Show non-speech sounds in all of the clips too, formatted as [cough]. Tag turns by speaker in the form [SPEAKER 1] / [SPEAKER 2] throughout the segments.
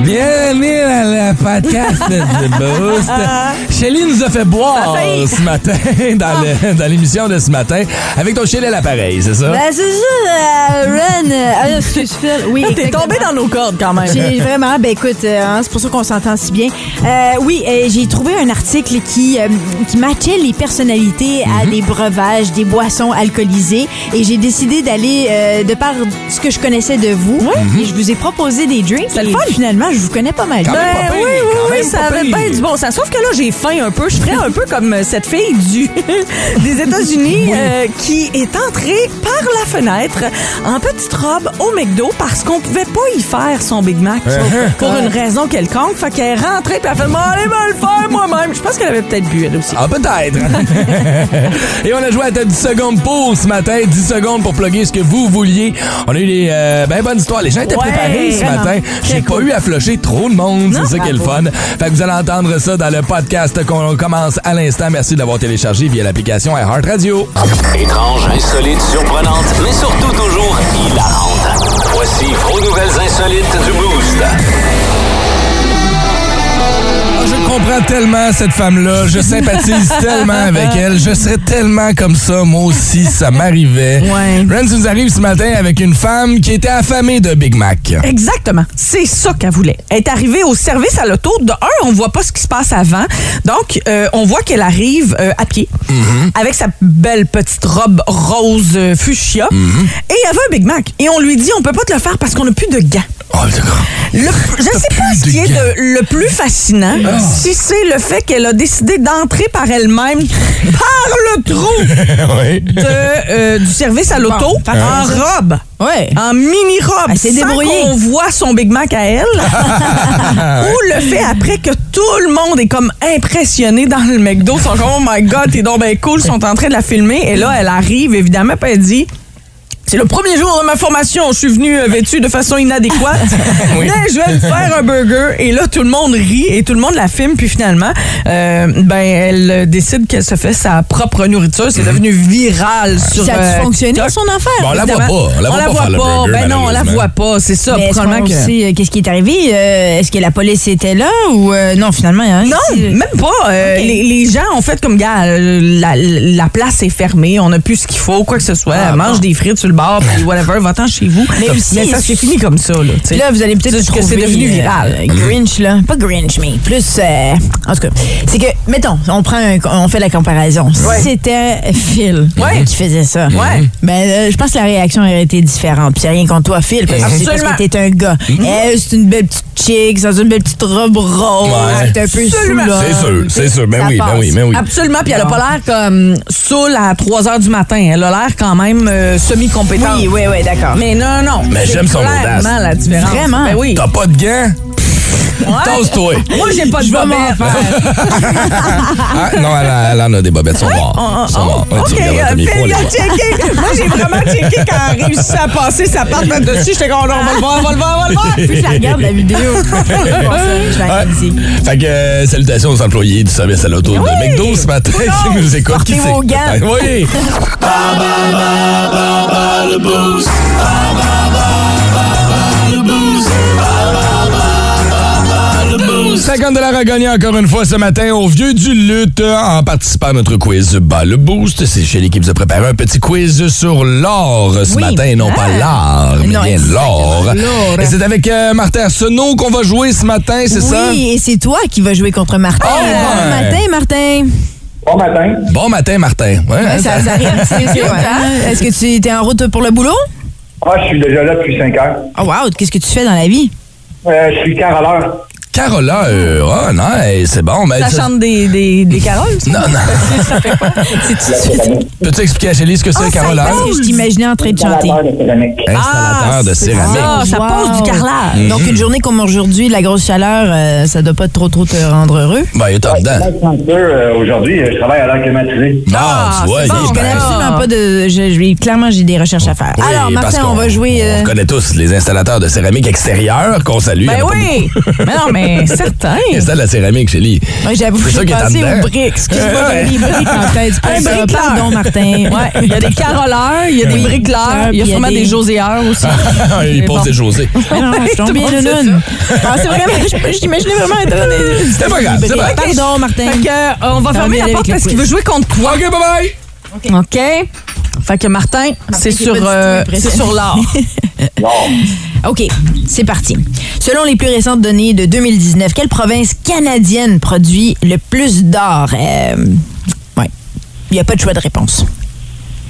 [SPEAKER 1] Bienvenue à le podcast
[SPEAKER 2] [laughs]
[SPEAKER 1] de Boost. Shelly nous a fait boire
[SPEAKER 2] Ça a failli.
[SPEAKER 1] ce matin [laughs] dans le- dans l'émission de ce matin avec ton Shelly à l'appareil, c'est ça?
[SPEAKER 3] Ben, c'est ça, euh, Ren. euh, Ah, non, excuse, Phil.
[SPEAKER 1] [laughs]
[SPEAKER 3] Oui.
[SPEAKER 2] T'es tombé dans nos cordes quand même.
[SPEAKER 3] J'ai vraiment, ben écoute, euh, hein, c'est pour ça qu'on s'entend si bien. Euh, oui, euh, j'ai trouvé un article qui, euh, qui matchait les personnalités
[SPEAKER 1] Mhm.
[SPEAKER 3] à des breuvages, des boissons alcoolisées. Et j'ai décidé d'aller, euh, de par ce que je connaissais de vous,
[SPEAKER 1] Mhm.
[SPEAKER 3] et je vous ai proposé des drinks.
[SPEAKER 2] C'est le
[SPEAKER 3] Et
[SPEAKER 2] fun.
[SPEAKER 3] finalement, je vous connais pas mal.
[SPEAKER 1] Quand
[SPEAKER 2] Ben
[SPEAKER 1] même pas pire,
[SPEAKER 2] oui, oui,
[SPEAKER 1] quand
[SPEAKER 2] oui,
[SPEAKER 1] même
[SPEAKER 2] ça
[SPEAKER 1] pas
[SPEAKER 2] avait
[SPEAKER 1] pire.
[SPEAKER 2] bien du bon sens. Sauf que là, j'ai faim un peu. Je ferais un peu comme euh, cette fille du
[SPEAKER 3] [laughs]
[SPEAKER 2] des États-Unis euh, qui est entrée par la fenêtre en petite robe au McDo parce qu'on pouvait pas y faire son Big Mac
[SPEAKER 1] Uh-huh.
[SPEAKER 2] pour une raison quelconque. Fait qu'elle est rentrée puis elle a fait « Bon, Allez, va le faire moi-même ». Je pense qu'elle avait peut-être bu, elle aussi.
[SPEAKER 1] Ah,
[SPEAKER 2] [laughs]
[SPEAKER 1] peut-être! Et on a joué à ta 10 secondes pour ce matin. 10 secondes pour plugger ce que vous vouliez. On a eu des euh, ben bonnes histoires. Les gens étaient
[SPEAKER 2] Ouais,
[SPEAKER 1] préparés ce
[SPEAKER 2] vraiment.
[SPEAKER 1] matin. J'ai
[SPEAKER 2] Très
[SPEAKER 1] pas
[SPEAKER 2] cool.
[SPEAKER 1] eu à flusher trop de monde.
[SPEAKER 2] Non, Ah,
[SPEAKER 1] C'est ça qui est le fun. Fait que vous allez entendre ça dans le podcast qu'on commence à l'instant. Merci de l'avoir téléchargé via l'application iHeartRadio.
[SPEAKER 4] Étrange, insolite, surprenante, mais surtout toujours hilarante. Voici vos nouvelles insolites du Boost.
[SPEAKER 1] Ah, Je comprends tellement cette femme-là. Je
[SPEAKER 2] [laughs]
[SPEAKER 1] sympathise tellement avec elle. Je serais tellement comme ça, moi aussi, ça m'arrivait.
[SPEAKER 2] Ouais.
[SPEAKER 1] Ren, tu nous arrives ce matin avec une femme qui était affamée de Big Mac.
[SPEAKER 2] Exactement. C'est ça qu'elle voulait. Elle est arrivée au service à l'auto. De un, on voit pas ce qui se passe avant. Donc, euh, on voit qu'elle arrive euh, à pied
[SPEAKER 1] Mm-hmm.
[SPEAKER 2] avec sa belle petite robe rose euh, fuchsia.
[SPEAKER 1] Mm-hmm.
[SPEAKER 2] Et elle veut un Big Mac. Et on lui dit, on peut pas te le faire parce qu'on n'a plus de gants.
[SPEAKER 1] Oh, d'accord.
[SPEAKER 2] Le, je sais pas
[SPEAKER 1] plus
[SPEAKER 2] ce
[SPEAKER 1] de
[SPEAKER 2] qui est
[SPEAKER 1] gants. Ah.
[SPEAKER 2] le, le plus fascinant, si c'est le fait qu'elle a décidé d'entrer par elle-même par le trou
[SPEAKER 1] [laughs] oui.
[SPEAKER 2] de, euh, du service à l'auto en robe
[SPEAKER 3] Ouais.
[SPEAKER 2] en mini-robe.
[SPEAKER 3] Elle s'est
[SPEAKER 2] sans
[SPEAKER 3] débrouillée.
[SPEAKER 2] qu'on voit son Big Mac
[SPEAKER 3] [laughs]
[SPEAKER 2] à elle. Ou le fait après que tout le monde est comme impressionné dans le McDo. Ils sont comme, oh my God, t'es donc ben cool. Ils sont en train de la filmer. Et là, elle arrive, évidemment, puis elle dit... C'est le premier jour de ma formation. Je suis venue euh, vêtue de
[SPEAKER 3] [laughs]
[SPEAKER 2] façon inadéquate. Mais je vais me faire un burger. Et là, tout le monde rit et tout le monde la filme. Puis finalement, euh, ben, elle euh, décide qu'elle se fait sa propre nourriture. C'est devenu viral sur
[SPEAKER 3] Mm-hmm. Ça a
[SPEAKER 2] euh,
[SPEAKER 3] dû fonctionner,
[SPEAKER 2] TikTok.
[SPEAKER 3] son affaire?
[SPEAKER 1] Bon, on la voit pas.
[SPEAKER 2] Évidemment.
[SPEAKER 1] On la voit pas faire le burger,
[SPEAKER 2] Ben non, on la
[SPEAKER 1] malheureusement.
[SPEAKER 2] voit pas. C'est ça.
[SPEAKER 3] Mais est-ce
[SPEAKER 2] Ah, probablement
[SPEAKER 3] qu'on
[SPEAKER 2] que-
[SPEAKER 3] sait, euh, qu'est-ce qui est arrivé? Euh, Est-ce que la police était là ou euh, non, finalement? il y a rien
[SPEAKER 2] Non,
[SPEAKER 3] qui-
[SPEAKER 2] même pas. Euh,
[SPEAKER 3] Ok.
[SPEAKER 2] les, les gens ont fait comme, gars, euh, la, la place est fermée, on n'a plus ce qu'il faut, quoi que ce soit. mange des frites sur le bar,
[SPEAKER 1] [laughs]
[SPEAKER 2] puis whatever, va-t'en chez vous. Ah, Mais,
[SPEAKER 3] aussi,
[SPEAKER 2] ça, c'est fini comme ça, là. tu sais.
[SPEAKER 3] Puis Là, vous allez peut-être
[SPEAKER 2] C'est
[SPEAKER 3] trouver...
[SPEAKER 2] que c'est devenu
[SPEAKER 3] euh,
[SPEAKER 2] viral.
[SPEAKER 3] Grinch, là. Pas Grinch, mais plus... euh, en tout cas, c'est que, mettons, on prend un- on fait la comparaison.
[SPEAKER 2] Ouais.
[SPEAKER 3] Si c'était Phil
[SPEAKER 2] Ouais.
[SPEAKER 3] qui faisait ça,
[SPEAKER 2] Ouais.
[SPEAKER 3] ben, euh, je pense que la réaction aurait été différente. Puis c'est rien contre toi, Phil, parce que c'est parce
[SPEAKER 2] Absolument.
[SPEAKER 3] que t'es un gars. Eh, c'est une belle petite chick, c'est une belle petite robe rose.
[SPEAKER 1] Ouais.
[SPEAKER 3] C'est un peu
[SPEAKER 2] Absolument.
[SPEAKER 3] saoulant.
[SPEAKER 1] C'est sûr, c'est sûr. Ben
[SPEAKER 3] Ça
[SPEAKER 1] oui, ben
[SPEAKER 3] passe.
[SPEAKER 1] oui, ben oui.
[SPEAKER 2] Absolument, puis elle a
[SPEAKER 3] Bon.
[SPEAKER 2] pas l'air comme saoule à 3 heures du matin. Elle a l'air quand même euh, semi-compétente.
[SPEAKER 3] Oui, oui, oui, d'accord.
[SPEAKER 2] Mais non, non.
[SPEAKER 1] Mais
[SPEAKER 2] C'est
[SPEAKER 1] j'aime son
[SPEAKER 2] clairement
[SPEAKER 1] audace.
[SPEAKER 2] la différence.
[SPEAKER 3] Vraiment?
[SPEAKER 2] Ben oui.
[SPEAKER 1] T'as pas de gants?
[SPEAKER 2] Ouais.
[SPEAKER 1] Tasse-toi.
[SPEAKER 2] Moi, j'ai pas de
[SPEAKER 3] Je vais m'en
[SPEAKER 2] bobette.
[SPEAKER 1] Ah, non, elle, a- elle en a des bobettes. Sont morts.
[SPEAKER 2] Ah,
[SPEAKER 1] Sont
[SPEAKER 2] ah,
[SPEAKER 1] morts. Ouais,
[SPEAKER 2] OK,
[SPEAKER 1] tu regarderas tes
[SPEAKER 2] euh,
[SPEAKER 1] micros,
[SPEAKER 2] Phil,
[SPEAKER 1] les
[SPEAKER 2] il a
[SPEAKER 1] voir.
[SPEAKER 2] checké. Moi, j'ai vraiment checké quand elle a réussi à passer sa part là-dessus. J'étais comme, oh non, on va le voir, on va le voir, on va le
[SPEAKER 1] [laughs]
[SPEAKER 2] voir.
[SPEAKER 3] Plus je la regarde, la [laughs] vidéo. je vais analyser.
[SPEAKER 1] Ouais. Ah. Fait que euh, salutations aux employés du service à l'auto de McDo ce matin [laughs] qui nous écoutent. Qui
[SPEAKER 3] Portez
[SPEAKER 1] c'est?
[SPEAKER 3] vos gants.
[SPEAKER 1] [laughs] Oui. le 50 à gagner encore une fois ce matin au Vieux du Lutte euh, en participant à notre quiz Bas le Boost. C'est chez l'équipe qui vous a préparé un petit quiz sur l'or ce
[SPEAKER 3] Oui.
[SPEAKER 1] matin, et non pas l'art, mais
[SPEAKER 3] Non,
[SPEAKER 1] bien
[SPEAKER 3] exactement,
[SPEAKER 1] l'or.
[SPEAKER 3] l'or.
[SPEAKER 1] Et c'est avec euh, Martin Arsenault qu'on va jouer ce matin, c'est ça?
[SPEAKER 3] Oui, et c'est toi qui vas jouer contre Martin.
[SPEAKER 1] Oh,
[SPEAKER 3] bon
[SPEAKER 1] ouais.
[SPEAKER 3] matin, Martin.
[SPEAKER 5] Bon matin.
[SPEAKER 1] Bon matin, Martin. Ouais, hein,
[SPEAKER 3] ça, ça arrive un petit peu, ouais. Est-ce que tu étais en route pour le boulot?
[SPEAKER 5] Ah, je suis déjà là depuis 5 heures.
[SPEAKER 1] [laughs]
[SPEAKER 3] Oh wow, qu'est-ce que tu fais dans la vie?
[SPEAKER 5] Euh, je suis car à l'heure.
[SPEAKER 1] Carola Eura, nice, c'est bon. Ben, mais
[SPEAKER 2] Ça chante des, des, des caroles, ça?
[SPEAKER 1] Non, non.
[SPEAKER 2] ça fait quoi?
[SPEAKER 1] Peux-tu expliquer à Chélie ce que
[SPEAKER 3] Ah,
[SPEAKER 1] c'est, Carola?
[SPEAKER 3] parce que je t'imaginais en train de chanter.
[SPEAKER 1] Installateur de
[SPEAKER 3] c'est
[SPEAKER 1] céramique.
[SPEAKER 2] ça. Ah, pose du carrelage.
[SPEAKER 3] Donc, une journée comme aujourd'hui, la grosse chaleur, euh, ça doit pas trop trop te rendre heureux.
[SPEAKER 1] Ben, il est en dedans.
[SPEAKER 5] Aujourd'hui, euh, je travaille à l'air climatisé.
[SPEAKER 1] Ah, tu vois,
[SPEAKER 3] Bon,
[SPEAKER 1] il est
[SPEAKER 3] je connais
[SPEAKER 1] bien.
[SPEAKER 3] absolument pas de... je- je- clairement, j'ai des recherches à faire.
[SPEAKER 1] Oui,
[SPEAKER 3] Alors,
[SPEAKER 1] parce
[SPEAKER 3] Martin, on
[SPEAKER 1] qu'on-
[SPEAKER 3] va jouer... euh,
[SPEAKER 1] On connaît tous les installateurs de céramique extérieure qu'on salue. Il y
[SPEAKER 2] Ben
[SPEAKER 1] en a pas
[SPEAKER 2] oui! Mais non, mais
[SPEAKER 1] [laughs]
[SPEAKER 2] certain!
[SPEAKER 1] beaucoup qui installent la céramique, Chélie.
[SPEAKER 3] Ouais, j'avoue,
[SPEAKER 1] C'est
[SPEAKER 3] je
[SPEAKER 1] ça
[SPEAKER 3] suis
[SPEAKER 1] qui est en
[SPEAKER 3] passée
[SPEAKER 1] dedans.
[SPEAKER 3] aux briques. Excuse-moi,
[SPEAKER 1] [laughs] Ouais.
[SPEAKER 3] j'avais les briques en tête.
[SPEAKER 2] Un
[SPEAKER 3] Un
[SPEAKER 2] briqueur.
[SPEAKER 1] [laughs]
[SPEAKER 3] Pardon, Martin.
[SPEAKER 2] Ouais, il y a des caroleurs, il y a des bricoleurs, il y a sûrement des joséeurs aussi.
[SPEAKER 1] Ah, [laughs] il pose
[SPEAKER 2] bon.
[SPEAKER 1] des José.
[SPEAKER 3] Ah [laughs] non, je
[SPEAKER 1] [laughs]
[SPEAKER 3] suis tombée
[SPEAKER 2] Tout le monde
[SPEAKER 3] lune.
[SPEAKER 2] Ah, c'est vraiment, je, je t'imaginais vraiment être dans des-
[SPEAKER 1] C'est pas grave, c'est pas grave.
[SPEAKER 3] Pardon, Martin.
[SPEAKER 2] Fait que, euh, on
[SPEAKER 3] Ça va
[SPEAKER 2] va fermer
[SPEAKER 3] bien
[SPEAKER 2] la
[SPEAKER 3] aller
[SPEAKER 2] porte
[SPEAKER 3] avec le
[SPEAKER 2] parce qu'il veut
[SPEAKER 3] quiz.
[SPEAKER 2] jouer contre toi.
[SPEAKER 1] OK, bye-bye!
[SPEAKER 2] OK? Fait que Martin, c'est
[SPEAKER 3] qui est
[SPEAKER 2] sur,
[SPEAKER 3] pas du tout
[SPEAKER 2] euh,
[SPEAKER 3] impressionné.
[SPEAKER 2] c'est sur l'art.
[SPEAKER 3] OK, c'est parti. Selon les plus récentes données de 2019, quelle province canadienne produit le plus d'or? Euh, ouais. Il n'y a pas de choix de réponse.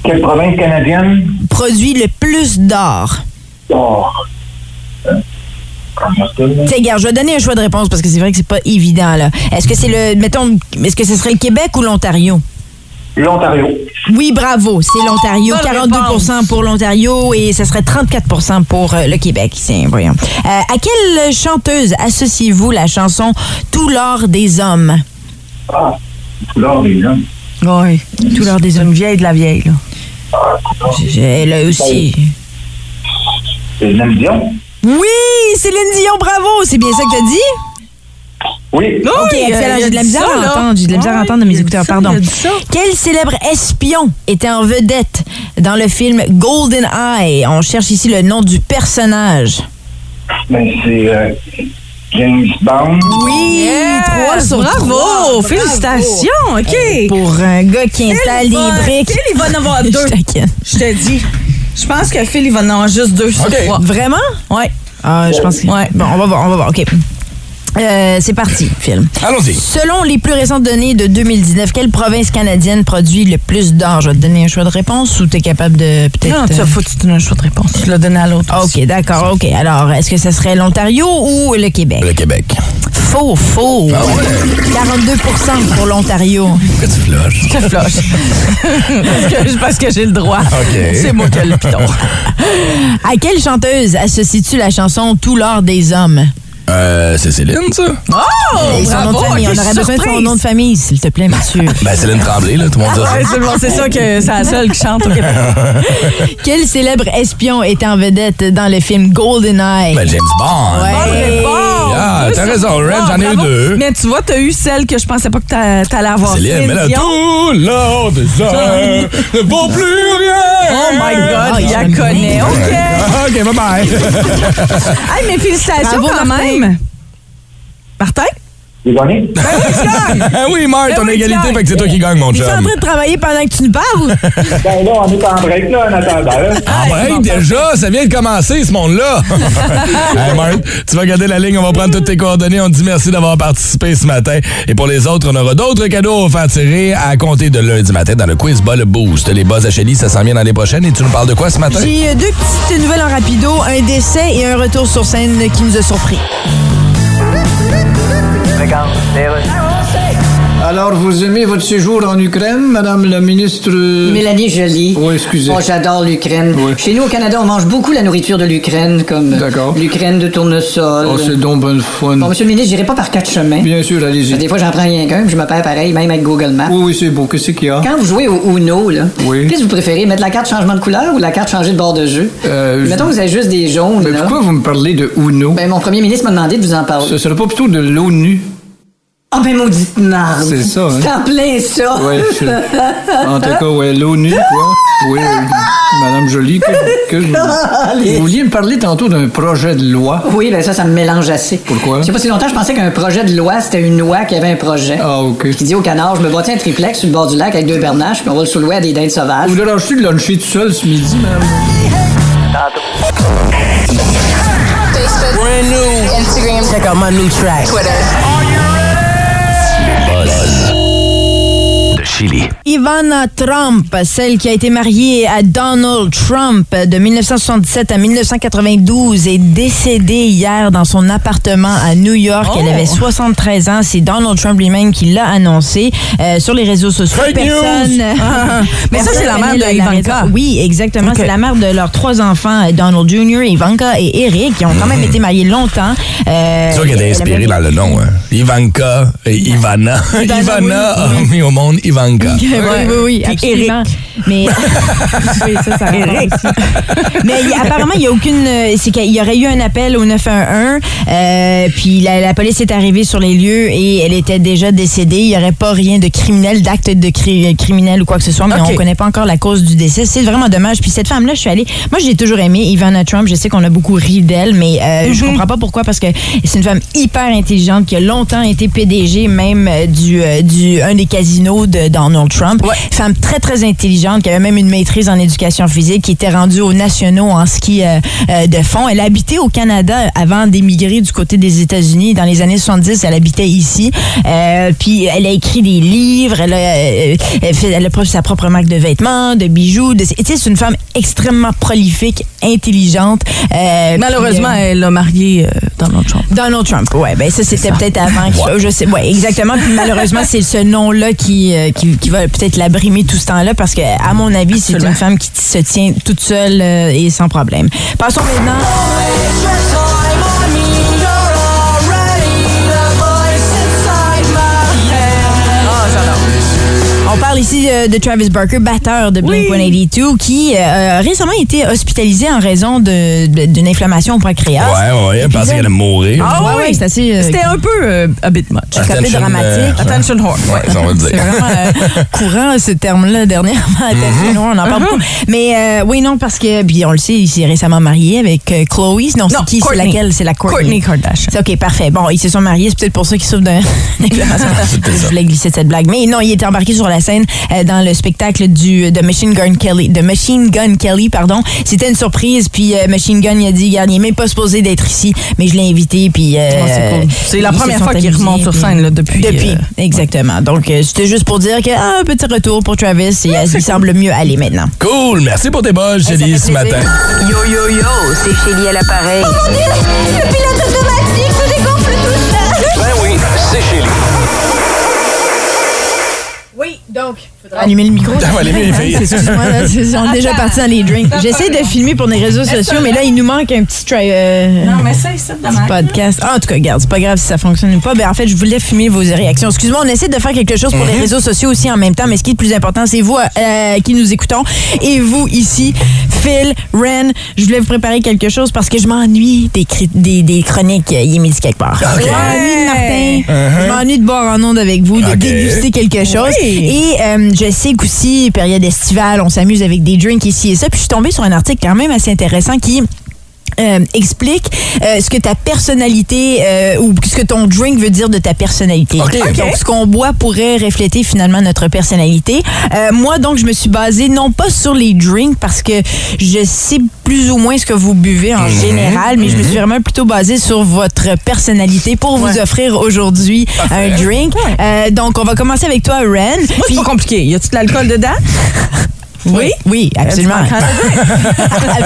[SPEAKER 5] Quelle province canadienne?
[SPEAKER 3] Produit le plus d'or.
[SPEAKER 5] Oh. Hein? Comment ça, là?
[SPEAKER 3] Tiens, regarde, je vais donner un choix de réponse parce que c'est vrai que c'est pas évident, là. Est-ce que c'est le. Mettons, est-ce que ce serait le Québec ou l'Ontario?
[SPEAKER 5] L'Ontario.
[SPEAKER 3] Oui, bravo, c'est l'Ontario.
[SPEAKER 2] Bonne
[SPEAKER 3] 42
[SPEAKER 2] réponse.
[SPEAKER 3] pour l'Ontario et ce serait 34 pour euh, le Québec. C'est, voyons. Euh, à quelle chanteuse associez-vous la chanson Tout l'or des hommes?
[SPEAKER 5] Ah. L'or des hommes.
[SPEAKER 3] Oui.
[SPEAKER 2] Tout l'heure des une vieille de la vieille. Là.
[SPEAKER 3] Elle a aussi.
[SPEAKER 5] C'est Céline Dion?
[SPEAKER 3] Oui, Céline Dion, bravo! C'est bien ça que t'as dit?
[SPEAKER 5] Oui.
[SPEAKER 3] ok,
[SPEAKER 2] il a-
[SPEAKER 3] excellent.
[SPEAKER 2] euh, il a
[SPEAKER 3] J'ai de la
[SPEAKER 2] dit
[SPEAKER 3] misère
[SPEAKER 2] ça,
[SPEAKER 3] à
[SPEAKER 2] là.
[SPEAKER 3] entendre. J'ai de la misère à
[SPEAKER 2] Ouais,
[SPEAKER 3] entendre de
[SPEAKER 2] il
[SPEAKER 3] mes
[SPEAKER 2] a dit
[SPEAKER 3] écouteurs,
[SPEAKER 2] ça,
[SPEAKER 3] pardon.
[SPEAKER 2] il a dit ça.
[SPEAKER 3] Quel célèbre espion était en vedette dans le film Golden Eye? On cherche ici le nom du personnage.
[SPEAKER 5] Ben, c'est euh, James Bond.
[SPEAKER 3] Oui, [laughs]
[SPEAKER 2] Yeah!
[SPEAKER 3] trois sur
[SPEAKER 2] Bravo!
[SPEAKER 3] trois.
[SPEAKER 2] Félicitations! OK!
[SPEAKER 3] Pour un gars qui installe des
[SPEAKER 2] va-
[SPEAKER 3] briques.
[SPEAKER 2] Phil, il va en avoir deux.
[SPEAKER 3] [laughs] Je taquine.
[SPEAKER 2] [laughs] Je te dis. Je pense que Phil, il va en avoir juste deux sur
[SPEAKER 1] OK.
[SPEAKER 2] trois.
[SPEAKER 3] Vraiment?
[SPEAKER 2] Ouais.
[SPEAKER 3] Ah, je pense que...
[SPEAKER 2] Ouais.
[SPEAKER 3] Bon, on va voir, on va voir. OK. Euh, c'est parti, film.
[SPEAKER 1] Allons-y.
[SPEAKER 3] Selon les plus récentes données de 2019, quelle province canadienne produit le plus d'or? Je vais te donner un choix de réponse ou tu es capable de peut-être.
[SPEAKER 2] Non, tu as
[SPEAKER 3] euh, Oh,
[SPEAKER 2] faut que tu donnes un choix de réponse. Tu l'as donné à l'autre. aussi.
[SPEAKER 3] OK, d'accord, OK. Alors, est-ce que ce serait l'Ontario ou le Québec?
[SPEAKER 1] Le Québec.
[SPEAKER 3] Faux, faux.
[SPEAKER 2] Ah
[SPEAKER 3] 42 pour l'Ontario.
[SPEAKER 1] Pourquoi tu floches?
[SPEAKER 2] Je floche. [laughs] parce que, parce que j'ai le droit.
[SPEAKER 1] OK.
[SPEAKER 2] C'est moi qui ai le piton.
[SPEAKER 3] À quelle chanteuse associes-tu la chanson Tout l'or des hommes?
[SPEAKER 1] Euh, c'est Céline, ça?
[SPEAKER 2] Oh!
[SPEAKER 3] Et son nom de
[SPEAKER 2] bravo,
[SPEAKER 3] famille. On
[SPEAKER 2] quelle
[SPEAKER 3] aurait besoin de son
[SPEAKER 2] surprise.
[SPEAKER 3] nom de famille, s'il te plaît,
[SPEAKER 2] [laughs]
[SPEAKER 3] monsieur.
[SPEAKER 1] Ben, Céline Tremblay, là, tout le monde dit ça.
[SPEAKER 2] Ouais, c'est bon, c'est ça que c'est la seule qui
[SPEAKER 3] [laughs]
[SPEAKER 2] chante au Québec.
[SPEAKER 3] Quel célèbre espion est en vedette dans le film GoldenEye?
[SPEAKER 1] Ben, James Bond.
[SPEAKER 3] Ouais.
[SPEAKER 2] Hey.
[SPEAKER 1] Ah, t'as raison, Red,
[SPEAKER 2] Bravo,
[SPEAKER 1] j'en ai eu
[SPEAKER 2] bravo.
[SPEAKER 1] deux.
[SPEAKER 2] Mais tu vois, t'as eu celle que je pensais pas que t'a- t'allais avoir.
[SPEAKER 1] Céline, mais là,
[SPEAKER 2] Dion.
[SPEAKER 1] tout l'or des hommes ne vaut plus rien.
[SPEAKER 2] Oh my God,
[SPEAKER 3] Ah,
[SPEAKER 2] il la
[SPEAKER 3] j'aime
[SPEAKER 2] connaît.
[SPEAKER 3] bien.
[SPEAKER 2] OK.
[SPEAKER 1] OK,
[SPEAKER 2] [laughs]
[SPEAKER 1] bye-bye.
[SPEAKER 2] Hey, mais félicitations
[SPEAKER 3] Bravo,
[SPEAKER 2] quand
[SPEAKER 3] Martin.
[SPEAKER 2] même. Martin?
[SPEAKER 5] Vous connaissez?
[SPEAKER 1] Ah oui, Marthe,
[SPEAKER 2] Ben
[SPEAKER 1] on a
[SPEAKER 2] oui,
[SPEAKER 1] égalité,
[SPEAKER 2] Jack.
[SPEAKER 1] fait que c'est toi qui gagne, mon
[SPEAKER 3] Tu es en
[SPEAKER 1] chum.
[SPEAKER 3] train de travailler pendant que tu nous parles?
[SPEAKER 5] Ben là, on est en break, là, en attendant. là.
[SPEAKER 1] Ah ouais, déjà, ça vient de commencer, ce
[SPEAKER 2] [laughs]
[SPEAKER 1] monde-là. hey, Marthe, tu vas garder la ligne, on va prendre toutes tes coordonnées. On te dit merci d'avoir participé ce matin. Et pour les autres, on aura d'autres cadeaux à faire tirer à compter de lundi matin dans le quiz Ball Boost. Les buzz à Chélie, ça s'en vient dans les prochaines. Et tu nous parles de quoi ce matin?
[SPEAKER 3] J'ai euh, deux petites nouvelles en rapido, un décès et un retour sur scène qui nous a surpris.
[SPEAKER 6] Alors, vous aimez votre séjour en Ukraine, Madame la ministre euh,
[SPEAKER 7] Mélanie Jolie.
[SPEAKER 6] Oui, excusez.
[SPEAKER 7] Oh, j'adore l'ükraine.
[SPEAKER 6] Oui.
[SPEAKER 7] Chez nous au Canada, on mange beaucoup la nourriture de l'Ukraine, comme euh,
[SPEAKER 6] D'accord.
[SPEAKER 7] l'Ukraine de tournesol.
[SPEAKER 6] Oh, c'est donc bonne fun.
[SPEAKER 7] Bon, monsieur le ministre, j'irai pas par quatre chemins.
[SPEAKER 6] Bien sûr, allez-y. Oh,
[SPEAKER 7] Des fois, j'en prends rien qu'un, puis je me perds pareil, même avec Google Maps.
[SPEAKER 6] Oui, oui, c'est beau. Qu'est-ce qu'il y a?
[SPEAKER 7] Quand vous jouez au Uno, là,
[SPEAKER 6] Oui.
[SPEAKER 7] qu'est-ce que vous préférez, mettre la carte changement de couleur ou la carte changer de bord de jeu?
[SPEAKER 6] Euh,
[SPEAKER 7] Mettons que vous avez juste des jaunes,
[SPEAKER 6] Mais
[SPEAKER 7] là.
[SPEAKER 6] pourquoi vous me parlez de Uno?
[SPEAKER 7] Ben, mon premier ministre m'a demandé de vous en
[SPEAKER 6] Ce
[SPEAKER 7] parler.
[SPEAKER 6] serait pas plutôt de l'ONU?
[SPEAKER 7] Ah, ben, maudite marde!
[SPEAKER 6] C'est ça, hein.
[SPEAKER 7] C'est en plein ça!
[SPEAKER 6] Ouais,
[SPEAKER 7] [laughs]
[SPEAKER 6] je- En tout cas, ouais, l'ONU, quoi. Oui, euh, Madame Jolie, que, que-
[SPEAKER 7] [laughs] Allez.
[SPEAKER 6] Vous vouliez me parler tantôt d'un projet de loi.
[SPEAKER 7] Oui, ben ça, ça me mélange assez.
[SPEAKER 6] Pourquoi?
[SPEAKER 7] Je sais pas si longtemps, je pensais qu'un projet de loi, c'était une loi qui avait un projet.
[SPEAKER 6] Ah, OK.
[SPEAKER 7] Qui dit au canard, je me bâtis un triplex sur le bord du lac avec deux bernaches, puis on va le sous-louer à des dindes sauvages.
[SPEAKER 6] Vous dérangez de luncher tout seul ce midi, Madame?
[SPEAKER 2] Euh,
[SPEAKER 4] Buzz. De Chili Chili.
[SPEAKER 3] Ivana Trump, celle qui a été mariée à Donald Trump de 1977 à 1992, est décédée hier dans son appartement à New York. Elle avait 73 ans. C'est Donald Trump lui-même qui l'a annoncé euh, sur les réseaux sociaux.
[SPEAKER 1] Fake
[SPEAKER 3] personne.
[SPEAKER 1] news!
[SPEAKER 2] Mais ça, c'est la mère
[SPEAKER 3] connaît
[SPEAKER 2] de
[SPEAKER 3] la
[SPEAKER 2] Ivanka.
[SPEAKER 3] raison. Oui, exactement.
[SPEAKER 2] Ok.
[SPEAKER 3] C'est la mère de leurs trois enfants, euh, Donald Jr., Ivanka et Eric, qui ont quand même été mariés longtemps. Euh,
[SPEAKER 1] C'est sûr qu'elle
[SPEAKER 3] elle
[SPEAKER 1] est
[SPEAKER 3] a
[SPEAKER 1] inspirée
[SPEAKER 3] même-
[SPEAKER 1] dans le nom. Hein. Ivanka et Ivana.
[SPEAKER 3] Ivana,
[SPEAKER 1] Ivana a
[SPEAKER 3] oui.
[SPEAKER 1] mis au monde Ivanka.
[SPEAKER 3] Oui,
[SPEAKER 2] Ouais.
[SPEAKER 3] oui, oui,
[SPEAKER 2] Puis
[SPEAKER 3] absolument. Mais [laughs] Oui, ça, ça
[SPEAKER 2] Eric.
[SPEAKER 3] rapporte aussi. [laughs] Mais il y a- apparemment, il y a aucune. euh, C'est qu'il y aurait eu un appel au 911. euh, puis la, la police est arrivée sur les lieux et elle était déjà décédée. Il n'y aurait pas rien de criminel, d'acte de cri- criminel ou quoi que ce soit. Mais
[SPEAKER 2] OK.
[SPEAKER 3] on ne connaît pas encore la cause du décès. C'est vraiment dommage. Puis cette femme-là, je suis allée. Moi, j'ai toujours aimé Ivana Trump. Je sais qu'on a beaucoup ri d'elle, mais euh, je comprends pas pourquoi parce que c'est une femme hyper intelligente qui a longtemps été PDG même euh, du euh, du un des casinos de Donald Trump. Femme très très intelligente qui avait même une maîtrise en éducation physique qui était rendue aux nationaux en ski euh, euh, de fond. Elle habitait au Canada avant d'émigrer du côté des États-Unis dans les années 70, elle habitait ici. Euh, puis elle a écrit des livres, elle a, euh, elle fait- elle a pro- sa propre marque de vêtements, de bijoux. De, tu sais, c'est une femme extrêmement prolifique, intelligente. euh,
[SPEAKER 2] Malheureusement,
[SPEAKER 3] puis, euh,
[SPEAKER 2] elle l'a marié dans notre chambre.
[SPEAKER 3] Donald Trump, ouais, ben ça c'était peut-être avant. qu'il
[SPEAKER 1] Ouais.
[SPEAKER 3] soit- Je sais, ouais, exactement. Puis malheureusement, c'est ce nom-là qui, euh, qui, qui va peut-être l'abrimer tout ce temps-là parce que, à mon avis, c'est
[SPEAKER 2] Absolument.
[SPEAKER 3] une femme qui se tient toute seule euh, et sans problème. Passons maintenant. On parle ici euh, de Travis Barker, batteur de Blink-182, qui euh, a récemment été hospitalisé en raison de- de- d'une inflammation au pancréas.
[SPEAKER 1] Ouais, ouais, elle pensait qu'elle allait mourir.
[SPEAKER 2] Ah
[SPEAKER 3] Ouais,
[SPEAKER 2] oui,
[SPEAKER 3] ouais, c'est assez, euh,
[SPEAKER 2] C'était un peu euh, a bit much.
[SPEAKER 3] c'est un peu
[SPEAKER 1] Attention,
[SPEAKER 3] dramatique.
[SPEAKER 1] euh,
[SPEAKER 2] Attention whore.
[SPEAKER 1] Ouais, ça on va le
[SPEAKER 3] C'est
[SPEAKER 1] dire. Mhm.
[SPEAKER 3] vraiment euh, courant ce terme-là dernièrement. Attention, on en parle beaucoup. Mais euh, oui, non, parce que puis on le sait, il s'est récemment marié avec euh, Chloé. Non,
[SPEAKER 2] Non,
[SPEAKER 3] c'est qui C'est
[SPEAKER 2] Kourtney.
[SPEAKER 3] laquelle C'est la Courtney.
[SPEAKER 2] Courtney Kardashian.
[SPEAKER 3] C'est OK, parfait. Bon, ils se sont mariés, c'est peut-être pour ça qu'ils souffrent d'un- [laughs] d'une
[SPEAKER 2] [laughs]
[SPEAKER 3] inflammation. Je voulais glisser cette blague. Mais non, il était embarqué sur la scène euh, dans le spectacle du, de Machine Gun Kelly. De Machine Gun Kelly, pardon. C'était une surprise, puis euh, Machine Gun, il a dit, Regarde, il n'est même pas supposé d'être ici, mais je l'ai invité, puis... euh,
[SPEAKER 2] Oh, c'est cool. C'est la
[SPEAKER 3] ils se
[SPEAKER 2] première
[SPEAKER 3] sont
[SPEAKER 2] fois qu'il
[SPEAKER 3] amusés,
[SPEAKER 2] remonte sur
[SPEAKER 3] puis-
[SPEAKER 2] scène, là, depuis,
[SPEAKER 3] Depuis,
[SPEAKER 2] euh,
[SPEAKER 3] exactement. Donc, euh, c'était juste pour dire que ah, un petit retour pour Travis, et, euh, il semble mieux aller maintenant.
[SPEAKER 1] Cool, merci pour tes bols, Chélie, ce matin.
[SPEAKER 8] Yo yo yo, c'est Chélie à l'appareil.
[SPEAKER 3] Le pilote automatique se dégonfle tout seul!
[SPEAKER 4] Ben oui, c'est Chili.
[SPEAKER 3] Oui, donc. Faudra allumer le micro.
[SPEAKER 1] Ah, va allumer les filles.
[SPEAKER 3] Excuse-moi, là, c'est- on est
[SPEAKER 2] Ah,
[SPEAKER 3] déjà parti dans les drinks. J'essaie de filmer pour les réseaux sociaux, mais là, il nous manque un petit try, euh,
[SPEAKER 2] Non, mais ça, c'est de
[SPEAKER 3] petit podcast. Ah, en tout cas, regarde, c'est pas grave si ça fonctionne ou pas. Ben, en fait, je voulais filmer vos réactions. Excuse-moi, on essaie de faire quelque chose pour les réseaux sociaux aussi en même temps, mais ce qui est le plus important, c'est vous euh, qui nous écoutons et vous ici, Phil, Ren. Je voulais vous préparer quelque chose parce que je m'ennuie des, cri- des, des chroniques euh, Il est midi quelque part. Je m'ennuie de Martin. Je m'ennuie de boire en ondes avec vous, de
[SPEAKER 1] Ok.
[SPEAKER 3] déguster quelque chose. Et euh, je sais qu'aussi, période estivale, on s'amuse avec des drinks ici et ça. Puis je suis tombée sur un article quand même assez intéressant qui euh, explique euh, ce que ta personnalité euh, ou ce que ton drink veut dire de ta personnalité.
[SPEAKER 1] Ok. Ok.
[SPEAKER 3] Donc, ce qu'on boit pourrait refléter finalement notre personnalité. Euh, moi, donc, je me suis basée non pas sur les drinks parce que je sais plus ou moins ce que vous buvez
[SPEAKER 1] Mhm.
[SPEAKER 3] en général, mais je me suis vraiment plutôt basée sur votre personnalité pour vous offrir aujourd'hui un drink. Euh, donc, on va commencer avec toi, Ren.
[SPEAKER 2] Moi, c'est
[SPEAKER 3] Puis-
[SPEAKER 2] pas compliqué. Y a-tu de l'alcool dedans?
[SPEAKER 3] oui, oui, absolument.
[SPEAKER 2] Tu m'en prends-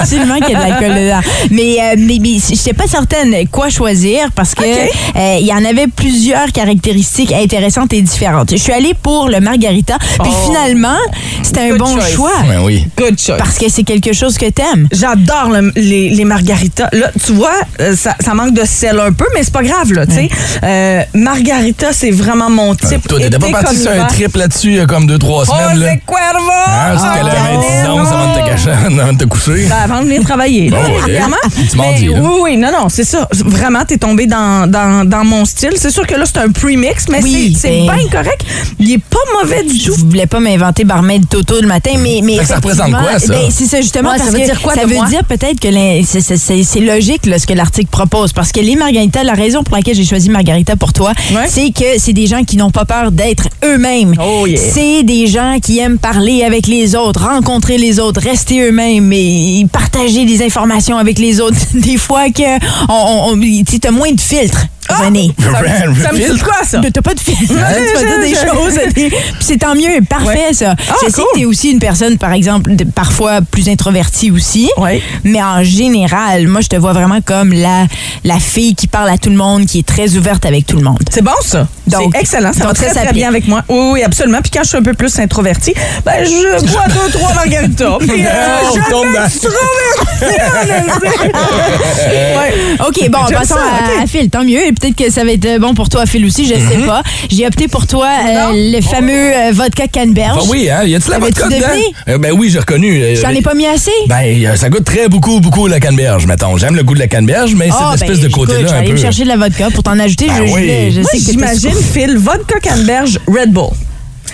[SPEAKER 3] [laughs] Absolument qu'il y a de l'alcool dedans. Mais, euh, mais, mais je n'étais pas certaine quoi choisir parce que euh,
[SPEAKER 2] Ok.
[SPEAKER 3] il y en avait plusieurs caractéristiques intéressantes et différentes. Je suis allée pour le margarita, puis
[SPEAKER 2] Oh.
[SPEAKER 3] finalement, c'était un
[SPEAKER 2] Good
[SPEAKER 3] bon
[SPEAKER 2] choice.
[SPEAKER 3] choix
[SPEAKER 1] Ben oui.
[SPEAKER 2] Good choice.
[SPEAKER 3] parce que c'est quelque chose que t'aimes.
[SPEAKER 2] J'adore le- les, les margaritas. Là, tu vois, euh, ça, ça manque de sel un peu, mais c'est pas grave, là, tu sais. Euh, margarita, c'est vraiment mon type.
[SPEAKER 1] Ah, Toi, t'étais pas
[SPEAKER 2] Été
[SPEAKER 1] parti
[SPEAKER 2] comme
[SPEAKER 1] sur un
[SPEAKER 2] hiver.
[SPEAKER 1] trip là-dessus il y a comme deux, trois
[SPEAKER 2] Oh,
[SPEAKER 1] semaines. là.
[SPEAKER 2] c'est Ah, Cuervo!
[SPEAKER 1] Hein, tu t'allais à 26 ans avant de te cacher, [laughs] avant de te coucher. [laughs]
[SPEAKER 2] Ben, avant de venir travailler. là,
[SPEAKER 1] Bon, ok.
[SPEAKER 2] premièrement.
[SPEAKER 1] Tu m'en
[SPEAKER 2] Mais
[SPEAKER 1] dis, là.
[SPEAKER 2] Oui, oui, non, non, c'est ça. Vraiment, t'es tombé dans, dans, dans mon style. C'est sûr que là, c'est un premix, mais
[SPEAKER 3] Oui,
[SPEAKER 2] c'est c'est
[SPEAKER 3] ben-
[SPEAKER 2] bien correct. Il est pas mauvais du
[SPEAKER 3] Je
[SPEAKER 2] tout.
[SPEAKER 3] voulais pas m'inventer barmaid Toto le matin, mais. mais
[SPEAKER 1] Fait que ça
[SPEAKER 3] effectivement,
[SPEAKER 1] représente quoi, ça?
[SPEAKER 3] ben, c'est ça, justement.
[SPEAKER 9] Ouais, ça
[SPEAKER 3] parce
[SPEAKER 9] veut
[SPEAKER 3] que
[SPEAKER 9] dire quoi
[SPEAKER 3] Ça
[SPEAKER 9] de
[SPEAKER 3] veut
[SPEAKER 9] moi?
[SPEAKER 3] dire peut-être que les- c'est- c'est- c'est c'est logique, là, ce que l'article propose. Parce que les margaritas, la raison pour laquelle j'ai choisi Margarita pour toi,
[SPEAKER 2] Ouais.
[SPEAKER 3] c'est que c'est des gens qui n'ont pas peur d'être eux-mêmes.
[SPEAKER 2] Oh, yeah.
[SPEAKER 3] C'est des gens qui aiment parler avec les autres, rencontrer les autres, rester eux-mêmes et [laughs] partager des informations avec les autres. Des fois que on, on, on- tu sais, t'as moins de filtres. René.
[SPEAKER 2] Ça me dit de quoi, ça?
[SPEAKER 3] Mais T'as pas de fil. Non, tu vas dire des
[SPEAKER 2] Je- je-
[SPEAKER 3] choses. des- Puis c'est tant mieux. Parfait, ça.
[SPEAKER 2] Ah,
[SPEAKER 3] je sais
[SPEAKER 2] cool.
[SPEAKER 3] que t'es aussi une personne, par exemple, de- parfois plus introvertie aussi.
[SPEAKER 2] Ouais.
[SPEAKER 3] Mais en général, moi, je te vois vraiment comme la, la fille qui parle à tout le monde, qui est très ouverte avec tout le monde.
[SPEAKER 2] C'est bon, ça.
[SPEAKER 3] Donc-
[SPEAKER 2] C'est excellent. Ça va
[SPEAKER 3] donc, ça
[SPEAKER 2] très, très
[SPEAKER 3] s'applique.
[SPEAKER 2] bien avec moi. Oui, oui, absolument. Puis quand je suis un peu plus introvertie, ben, je bois deux,
[SPEAKER 3] [laughs]
[SPEAKER 2] trois margaritas. Puis, euh,
[SPEAKER 3] Oh,
[SPEAKER 1] on
[SPEAKER 2] je
[SPEAKER 1] tombe dans-
[SPEAKER 2] m'extrovertis, en effet. Ouais.
[SPEAKER 3] OK, bon,
[SPEAKER 2] J'aime
[SPEAKER 3] passons
[SPEAKER 2] ça,
[SPEAKER 3] à,
[SPEAKER 2] ok.
[SPEAKER 3] à Phil. Tant mieux. Et peut-être que ça va être bon pour toi, Phil, aussi. Je sais pas. J'ai opté pour toi euh, le fameux euh, vodka canneberge.
[SPEAKER 1] Ah oui, hein? Y a-tu la
[SPEAKER 3] L'avais-tu
[SPEAKER 1] vodka dedans?
[SPEAKER 3] deviné?
[SPEAKER 1] Euh, ben oui, j'ai reconnu. Euh,
[SPEAKER 3] J'en ai pas mis assez?
[SPEAKER 1] Ben, euh, ça goûte très beaucoup, beaucoup la canneberge, mettons. J'aime le goût de la canneberge, mais
[SPEAKER 3] Ah,
[SPEAKER 1] c'est
[SPEAKER 3] ben,
[SPEAKER 1] l'espèce de
[SPEAKER 3] écoute, Je vais
[SPEAKER 1] côté-là un
[SPEAKER 3] aller
[SPEAKER 1] peu.
[SPEAKER 3] me chercher de la vodka pour t'en ajouter.
[SPEAKER 1] Ben
[SPEAKER 3] je je
[SPEAKER 1] oui.
[SPEAKER 3] voulais- je
[SPEAKER 2] Moi,
[SPEAKER 3] sais que t'es pas
[SPEAKER 2] j'imagine,
[SPEAKER 3] sous-
[SPEAKER 2] Phil, vodka canneberge, Red Bull.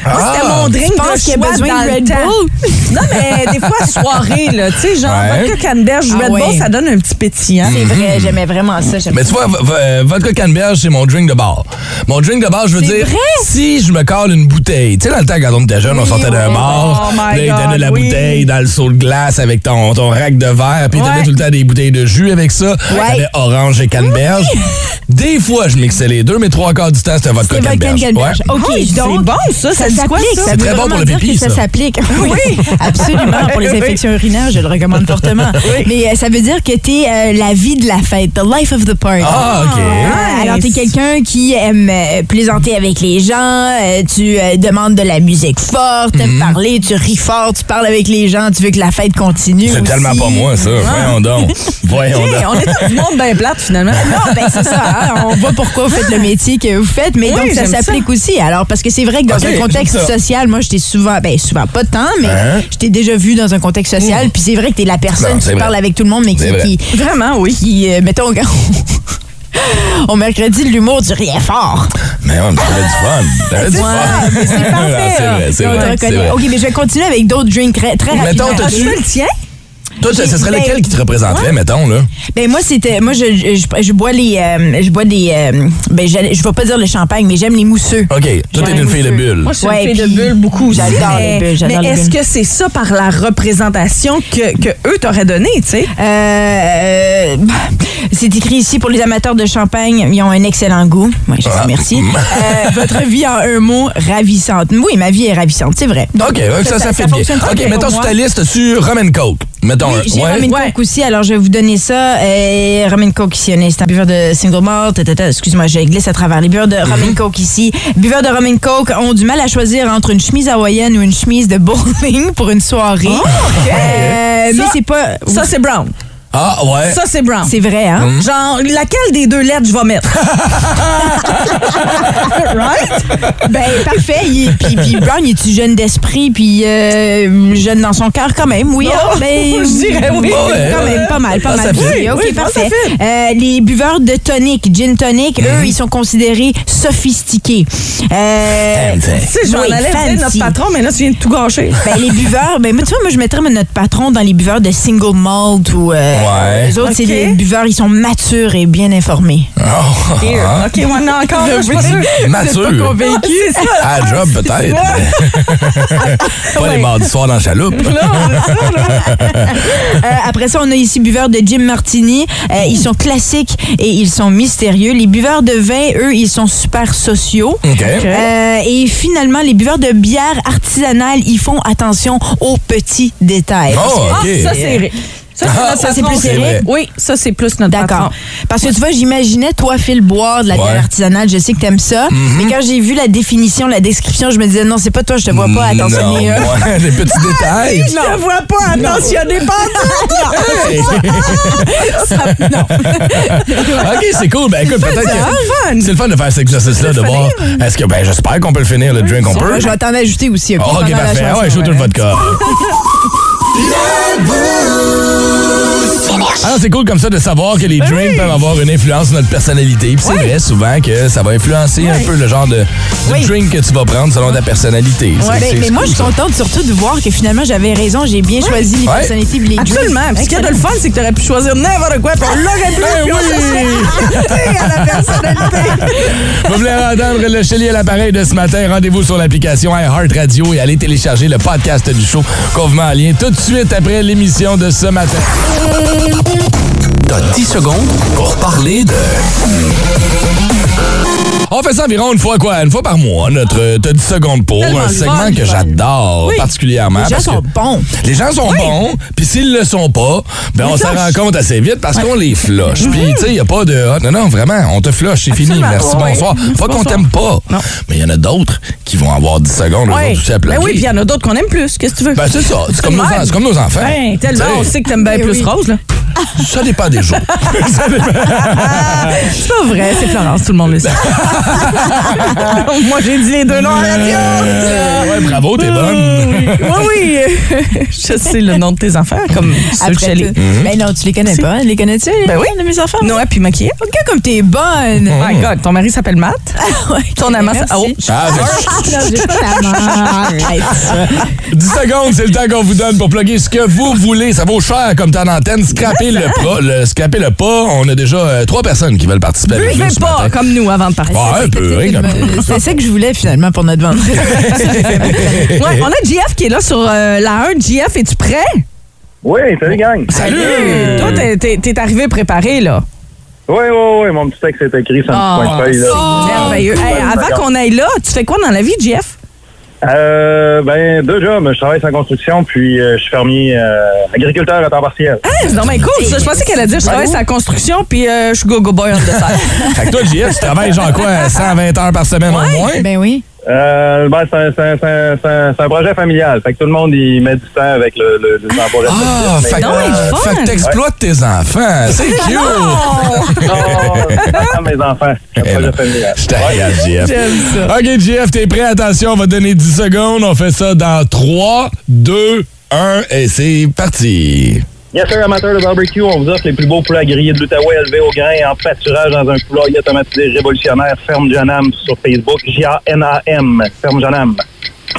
[SPEAKER 2] Moi, c'était
[SPEAKER 1] Ah!
[SPEAKER 2] mon drink
[SPEAKER 3] Tu penses
[SPEAKER 2] de
[SPEAKER 3] qu'il y a
[SPEAKER 2] choix
[SPEAKER 3] besoin
[SPEAKER 2] dans
[SPEAKER 3] de
[SPEAKER 2] le
[SPEAKER 3] Red
[SPEAKER 2] temps.
[SPEAKER 3] Bull?
[SPEAKER 2] [laughs] Non, mais des fois, soirée, là, tu sais, genre,
[SPEAKER 1] Ouais.
[SPEAKER 2] vodka canneberge,
[SPEAKER 3] Ah
[SPEAKER 2] Red
[SPEAKER 3] ouais.
[SPEAKER 2] Bull, ça donne un petit pétillant.
[SPEAKER 3] C'est vrai, j'aimais vraiment ça. j'aimais
[SPEAKER 1] Mais tu vois, v- v- euh, vodka canneberge, c'est mon drink de bar. Mon drink de bar, je veux
[SPEAKER 3] C'est
[SPEAKER 1] dire,
[SPEAKER 3] vrai?
[SPEAKER 1] si je me colle une bouteille. Tu sais, dans le temps, quand on était jeune, on
[SPEAKER 3] Oui,
[SPEAKER 1] sortait d'un
[SPEAKER 3] ouais.
[SPEAKER 1] bar,
[SPEAKER 2] Oh my
[SPEAKER 1] là, ils donnaient
[SPEAKER 2] God,
[SPEAKER 1] la
[SPEAKER 2] oui.
[SPEAKER 1] bouteille dans le seau de glace avec ton, ton rack de verre, puis ils
[SPEAKER 2] Ouais.
[SPEAKER 1] donnaient tout le temps des bouteilles de jus avec ça. T'avais orange et canneberge. [laughs] Des fois, je mixais les deux, mais trois quarts du temps, c'était vodka
[SPEAKER 3] C'est Oh, Volcan
[SPEAKER 1] canneberge.
[SPEAKER 3] Canneberge.
[SPEAKER 1] Ouais.
[SPEAKER 3] OK,
[SPEAKER 2] Ah, c'est
[SPEAKER 3] donc,
[SPEAKER 2] bon, ça, ça dit quoi,
[SPEAKER 3] s'applique,
[SPEAKER 2] ça?
[SPEAKER 1] C'est
[SPEAKER 3] veut
[SPEAKER 1] très bon
[SPEAKER 3] vraiment
[SPEAKER 1] pour le
[SPEAKER 3] dire
[SPEAKER 1] pipi,
[SPEAKER 3] que ça.
[SPEAKER 1] ça.
[SPEAKER 2] [laughs]
[SPEAKER 3] s'applique. Oui, [laughs] absolument. Pour les
[SPEAKER 2] Oui.
[SPEAKER 3] infections urinaires, je le recommande
[SPEAKER 2] [laughs]
[SPEAKER 3] fortement. Mais euh, ça veut dire que tu es la vie de la fête, the life of the party.
[SPEAKER 1] Ah, OK.
[SPEAKER 3] Ah, Alors, tu es
[SPEAKER 2] Nice.
[SPEAKER 3] quelqu'un qui aime euh, plaisanter avec les gens, euh, tu euh, demandes de la musique forte,
[SPEAKER 1] Mhm.
[SPEAKER 3] t'aimes parler, tu ris fort, tu parles avec les gens, tu veux que la fête continue.
[SPEAKER 1] C'est tellement
[SPEAKER 3] aussi.
[SPEAKER 1] pas moi, ça.
[SPEAKER 3] Ah.
[SPEAKER 1] Voyons
[SPEAKER 3] [laughs]
[SPEAKER 1] donc. Voyons
[SPEAKER 2] Hey,
[SPEAKER 1] donc.
[SPEAKER 2] on est tout du monde bien plate, finalement.
[SPEAKER 3] Non, ben c'est ça. hein. On voit pourquoi vous faites le métier que vous faites, mais
[SPEAKER 2] Oui,
[SPEAKER 3] donc ça
[SPEAKER 2] j'aime ça.
[SPEAKER 3] s'applique aussi. Alors, parce que c'est vrai que dans
[SPEAKER 1] Ok,
[SPEAKER 3] un contexte
[SPEAKER 1] j'aime ça.
[SPEAKER 3] social, moi, j'étais souvent, ben souvent pas tant, mais
[SPEAKER 1] Hein?
[SPEAKER 3] je t'ai déjà vu dans un contexte
[SPEAKER 2] Mmh.
[SPEAKER 3] social, puis c'est vrai que t'es la
[SPEAKER 1] Non,
[SPEAKER 3] personne qui
[SPEAKER 1] Ben, c'est vrai.
[SPEAKER 3] parle avec tout le monde, mais
[SPEAKER 1] C'est vrai.
[SPEAKER 3] qui. qui
[SPEAKER 2] Vraiment, oui.
[SPEAKER 3] qui, euh, mettons, [laughs] au mercredi, de l'humour du rien fort.
[SPEAKER 1] Mais on avait du fun. T'avais du fun.
[SPEAKER 3] Ah, mais c'est parfait.
[SPEAKER 1] [laughs] Ah, [laughs] C'est vrai, c'est
[SPEAKER 3] là. On te
[SPEAKER 1] vrai. c'est
[SPEAKER 3] reconnaît. Oh,
[SPEAKER 1] vrai.
[SPEAKER 3] OK, mais je vais continuer avec d'autres drinks très, très
[SPEAKER 1] Mettons,
[SPEAKER 3] rapidement.
[SPEAKER 1] t'as-tu-
[SPEAKER 3] Ah, je peux le tien?
[SPEAKER 1] Toi, ce ce serait
[SPEAKER 3] Ben,
[SPEAKER 1] lequel qui te représenterait, mettons, là?
[SPEAKER 3] Ben moi c'était moi je, je, je bois les euh, je bois des euh, ben je, je vais pas dire le champagne mais j'aime les mousseux.
[SPEAKER 1] OK, toi, t'es une fille de bulle.
[SPEAKER 2] Moi, je suis
[SPEAKER 3] Ouais,
[SPEAKER 2] une fille
[SPEAKER 3] puis
[SPEAKER 2] de bulle beaucoup aussi.
[SPEAKER 3] j'adore les
[SPEAKER 2] mais-
[SPEAKER 3] bulles, j'adore
[SPEAKER 2] Mais
[SPEAKER 3] les
[SPEAKER 2] est-ce
[SPEAKER 3] bulles.
[SPEAKER 2] que c'est ça par la représentation que, que eux t'auraient donné, tu sais?
[SPEAKER 3] Euh, euh, c'est écrit ici pour les amateurs de champagne, ils ont un excellent goût. Oui,
[SPEAKER 1] Ah.
[SPEAKER 3] je
[SPEAKER 1] [laughs]
[SPEAKER 3] vous remercie. Euh, votre vie en un mot ravissante. Oui, ma vie est ravissante, c'est vrai. Donc,
[SPEAKER 1] OK, ouais, ça, ça, fait bien.
[SPEAKER 3] fonctionne très
[SPEAKER 1] OK,
[SPEAKER 3] bien
[SPEAKER 1] mettons
[SPEAKER 3] pour
[SPEAKER 1] sur
[SPEAKER 3] moi.
[SPEAKER 1] ta liste, tu Roman Coke. Mettons
[SPEAKER 3] Oui,
[SPEAKER 1] un.
[SPEAKER 3] j'ai
[SPEAKER 1] Ouais.
[SPEAKER 3] Romaine
[SPEAKER 2] Ouais.
[SPEAKER 3] Coke aussi, alors je vais vous donner ça. Euh, Romaine Coke ici, un instant. Buveur de single malt, ta, ta, ta. excuse-moi, je glisse à travers les buveurs de
[SPEAKER 1] Mhm.
[SPEAKER 3] Romaine Coke ici. Buveurs de Romaine Coke ont du mal à choisir entre une chemise hawaïenne ou une chemise de bowling pour une soirée.
[SPEAKER 1] Oh,
[SPEAKER 3] Euh, mais
[SPEAKER 2] Ça-
[SPEAKER 3] c'est pas...
[SPEAKER 2] Ça, c'est brown.
[SPEAKER 1] Ah, ouais.
[SPEAKER 2] Ça, c'est brown.
[SPEAKER 3] c'est vrai, hein?
[SPEAKER 2] Genre, laquelle des deux lettres je vais [laughs] mettre?
[SPEAKER 3] Ben, parfait. Il- Puis, puis Brown, il est jeune d'esprit, puis euh, jeune dans son cœur quand même, oui. hein? mais,
[SPEAKER 2] [laughs] je dirais oui.
[SPEAKER 3] Quand
[SPEAKER 1] Ouais.
[SPEAKER 3] même, pas mal, pas
[SPEAKER 1] Ah,
[SPEAKER 3] mal.
[SPEAKER 1] ça fit.
[SPEAKER 3] Oui, OK,
[SPEAKER 2] Oui, non, ça Mm-hmm.
[SPEAKER 3] parfait. Euh, les buveurs de tonic, gin tonic, eux, ils sont considérés sophistiqués. Euh,
[SPEAKER 1] Fancy.
[SPEAKER 2] Tu sais, j'en
[SPEAKER 3] oui,
[SPEAKER 2] allais dire
[SPEAKER 3] fancy.
[SPEAKER 2] notre patron, mais là, tu viens de tout gâcher.
[SPEAKER 3] Ben, les buveurs, ben, moi, tu vois, moi, je mettrais notre patron dans les buveurs de single malt ou. euh,
[SPEAKER 1] Ouais.
[SPEAKER 3] Les autres, c'est
[SPEAKER 2] OK.
[SPEAKER 3] des buveurs, ils sont matures et bien informés.
[SPEAKER 1] Oh, ah.
[SPEAKER 2] OK, moi, non,
[SPEAKER 3] [laughs]
[SPEAKER 2] encore, là, je suis pas sûre.
[SPEAKER 1] Mature.
[SPEAKER 2] Convaincu, c'est ça.
[SPEAKER 1] À la ah, job, peut-être. [laughs] Pas les mardis soirs dans la chaloupe.
[SPEAKER 2] [laughs] Ah,
[SPEAKER 3] Euh, après ça, on a ici buveurs de Jim Martini. Euh, ils sont classiques et ils sont mystérieux. Les buveurs de vin, eux, ils sont super sociaux.
[SPEAKER 1] OK.
[SPEAKER 3] Euh, et finalement, les buveurs de bière artisanale, ils font attention aux petits détails.
[SPEAKER 1] Oh,
[SPEAKER 2] Ah,
[SPEAKER 1] OK.
[SPEAKER 2] ça, c'est vrai. Ça,
[SPEAKER 1] Ah,
[SPEAKER 2] notre
[SPEAKER 3] ça, c'est
[SPEAKER 2] patron.
[SPEAKER 3] plus
[SPEAKER 1] serré.
[SPEAKER 2] Oui, ça, c'est plus notre
[SPEAKER 3] D'accord.
[SPEAKER 2] patron.
[SPEAKER 3] Parce que tu vois, j'imaginais toi, Phil, boire de la bière
[SPEAKER 1] Ouais. Mm-hmm.
[SPEAKER 3] artisanale. Je sais que t'aimes ça. Mais quand j'ai vu la définition, la description, je me disais, non, c'est pas toi, je te vois pas
[SPEAKER 1] Non,
[SPEAKER 3] attentionné. hein.
[SPEAKER 1] ouais, [laughs] les petits
[SPEAKER 3] [laughs]
[SPEAKER 1] détails.
[SPEAKER 2] Je te vois pas attentionné pendant.
[SPEAKER 1] [laughs]
[SPEAKER 3] [laughs]
[SPEAKER 1] OK, c'est cool. Ben écoute, peut-être
[SPEAKER 2] c'est le
[SPEAKER 1] que.
[SPEAKER 2] fun.
[SPEAKER 1] C'est le fun de faire cet exercice-là, de voir. Est-ce que. Ben, j'espère qu'on peut le finir, le drink, on peut.
[SPEAKER 3] Ouais, Je vais t'en ajouter aussi. ok,
[SPEAKER 1] Oh, OK,
[SPEAKER 3] pendant la
[SPEAKER 1] parfait. Ah
[SPEAKER 3] chanson,
[SPEAKER 1] Ouais, je
[SPEAKER 3] ouais.
[SPEAKER 1] le vodka. Alors, Ah, c'est cool comme ça de savoir que les
[SPEAKER 3] Ben
[SPEAKER 1] drinks peuvent avoir une influence sur notre personnalité. Puis c'est vrai souvent que ça va influencer un peu le genre de, de
[SPEAKER 3] Oui.
[SPEAKER 1] drink que tu vas prendre selon ta personnalité. C'est-
[SPEAKER 3] Ouais,
[SPEAKER 1] c'est-
[SPEAKER 3] mais, mais
[SPEAKER 1] c'est
[SPEAKER 3] moi,
[SPEAKER 1] cool,
[SPEAKER 3] je suis
[SPEAKER 1] ça.
[SPEAKER 3] contente surtout de voir que finalement, j'avais raison. J'ai bien choisi les
[SPEAKER 1] Ouais.
[SPEAKER 3] personnalités et les drinks.
[SPEAKER 2] Absolument. Puis ce qu'il y a de le fun, c'est que t'aurais pu choisir n'importe quoi, puis on l'aurait pu.
[SPEAKER 1] Eh
[SPEAKER 2] puis on se serait [laughs] adapté à la personnalité.
[SPEAKER 1] Vous voulez entendre le Chélier à l'appareil de ce matin? Rendez-vous sur l'application iHeartRadio et allez télécharger le podcast du show qu'on vous met en lien tout de suite après l'émission de ce matin.
[SPEAKER 4] T'as 10 secondes pour parler de
[SPEAKER 1] On fait ça environ une fois quoi? Une fois par mois, notre euh, T'as 10 secondes pour.
[SPEAKER 2] Tellement
[SPEAKER 1] Un
[SPEAKER 2] le
[SPEAKER 1] segment
[SPEAKER 2] fun,
[SPEAKER 1] que
[SPEAKER 2] le fun.
[SPEAKER 1] j'adore
[SPEAKER 2] Oui.
[SPEAKER 1] particulièrement.
[SPEAKER 2] Les gens
[SPEAKER 1] Ah, parce que
[SPEAKER 2] sont bons.
[SPEAKER 1] Les gens sont
[SPEAKER 2] Oui.
[SPEAKER 1] bons, puis s'ils le sont pas, ben
[SPEAKER 2] les
[SPEAKER 1] on s'en
[SPEAKER 2] flush.
[SPEAKER 1] rend compte assez vite parce qu'on les floche. Puis, tu sais, il a pas de. ah, non, non, vraiment, on te floche, c'est fini.
[SPEAKER 2] Absolument.
[SPEAKER 1] Merci,
[SPEAKER 2] Oui.
[SPEAKER 1] bonsoir. Pas qu'on t'aime pas. Mais il y en a d'autres qui vont avoir 10 secondes, eux
[SPEAKER 2] Ouais.
[SPEAKER 1] autres aussi à
[SPEAKER 2] Ben
[SPEAKER 1] plaquer.
[SPEAKER 2] oui, puis il y en a d'autres qu'on aime plus. Qu'est-ce que tu veux?
[SPEAKER 1] Ben, c'est ça. C'est comme,
[SPEAKER 2] de
[SPEAKER 1] nos,
[SPEAKER 2] même.
[SPEAKER 1] en- c'est comme nos enfants.
[SPEAKER 2] Ben,
[SPEAKER 1] Tu
[SPEAKER 2] tellement,
[SPEAKER 1] sais,
[SPEAKER 2] on sait que t'aimes bien
[SPEAKER 3] Eh
[SPEAKER 2] plus
[SPEAKER 3] oui.
[SPEAKER 2] Rose, là.
[SPEAKER 1] Ça dépend des
[SPEAKER 2] [laughs]
[SPEAKER 1] jours. Ça dépend-
[SPEAKER 2] C'est pas vrai, c'est Florence, tout le monde le
[SPEAKER 1] [laughs]
[SPEAKER 2] sait. Moi, j'ai dit les deux noms à la radio.
[SPEAKER 1] Euh, ouais, bravo, t'es bonne.
[SPEAKER 2] Oui, oui. [laughs] Je sais le nom de tes enfants, comme ceux de
[SPEAKER 3] Après
[SPEAKER 2] Shelley.
[SPEAKER 3] tout.
[SPEAKER 1] Mm-hmm.
[SPEAKER 3] Ben non, tu les connais pas. Les connais-tu?
[SPEAKER 2] Ben
[SPEAKER 3] les
[SPEAKER 2] oui.
[SPEAKER 3] noms de mes enfants?
[SPEAKER 2] Noah puis Maquia.
[SPEAKER 3] OK, comme t'es bonne.
[SPEAKER 2] Oh my God, ton mari s'appelle Matt. Ton amant,
[SPEAKER 3] Merci.
[SPEAKER 2] ah, oh,
[SPEAKER 1] Ah,
[SPEAKER 3] [laughs] Non, j'ai pas d'amant.
[SPEAKER 1] [laughs]
[SPEAKER 3] Arrête.
[SPEAKER 1] 10 secondes, c'est le temps qu'on vous donne pour plugger ce que vous voulez. Ça vaut cher comme temps d'antenne. Scrapez le, pro- le, scrapez le pas. On a déjà euh, trois personnes qui veulent participer avec nous
[SPEAKER 2] buvez
[SPEAKER 1] ce
[SPEAKER 2] pas
[SPEAKER 1] matin.
[SPEAKER 2] comme nous avant
[SPEAKER 1] [laughs]
[SPEAKER 2] de partir.
[SPEAKER 1] Ah, un peu, hein, un peu.
[SPEAKER 3] C'est ça que je voulais finalement pour notre ventre.
[SPEAKER 2] Ouais, on a JF qui est là sur euh, la 1. JF, es-tu prêt?
[SPEAKER 5] Oui, salut gang.
[SPEAKER 1] Salut!
[SPEAKER 2] Toi, t'es- t'es t'es arrivé préparé, là.
[SPEAKER 5] Oui, oui, oui, mon petit texte est écrit sur
[SPEAKER 3] Ah.
[SPEAKER 5] un petit point de feuille.
[SPEAKER 3] Oh.
[SPEAKER 5] Là.
[SPEAKER 2] Merveilleux. Oh. Hey, avant qu'on aille là, tu fais quoi dans la vie, JF?
[SPEAKER 5] Euh, ben, deux jobs. Je travaille en construction, puis euh, je suis fermier euh, agriculteur à temps partiel.
[SPEAKER 2] Ah, c'est donc bien cool. ça. Je pensais qu'elle allait dire je travaille sur la construction puis euh, je suis go-go boy on the
[SPEAKER 1] [laughs]
[SPEAKER 2] side.
[SPEAKER 1] Fait que toi, JF, tu travailles genre quoi, 120 heures par semaine au moins?
[SPEAKER 3] Ben oui.
[SPEAKER 5] Euh, ben, c'est un, c'est un- c'est un- c'est un- c'est un projet familial. Fait que tout le monde y met du temps avec le, le, le son projet
[SPEAKER 1] Ah,
[SPEAKER 5] familial.
[SPEAKER 1] fait,
[SPEAKER 2] Non, mais
[SPEAKER 1] que-
[SPEAKER 2] fun.
[SPEAKER 1] fait que t'exploites tes enfants.
[SPEAKER 2] [laughs]
[SPEAKER 1] C'est cute!
[SPEAKER 5] Mais, euh, [laughs] non, attends mes enfants. C'est
[SPEAKER 1] Eh
[SPEAKER 5] un projet familial.
[SPEAKER 1] Je t'arrive, JF.
[SPEAKER 2] J'aime ça.
[SPEAKER 1] OK, JF, t'es prêt? Attention, on va donner 10 secondes. On fait ça dans 3, 2, 1 et c'est parti.
[SPEAKER 5] Yes, sir, amateur de barbecue, on vous offre les plus beaux poulets grillés de l'Outaouais élevés au grain en pâturage dans un poulailler automatisé révolutionnaire Ferme Janam sur Facebook. J-A-N-A-M. Ferme Janam.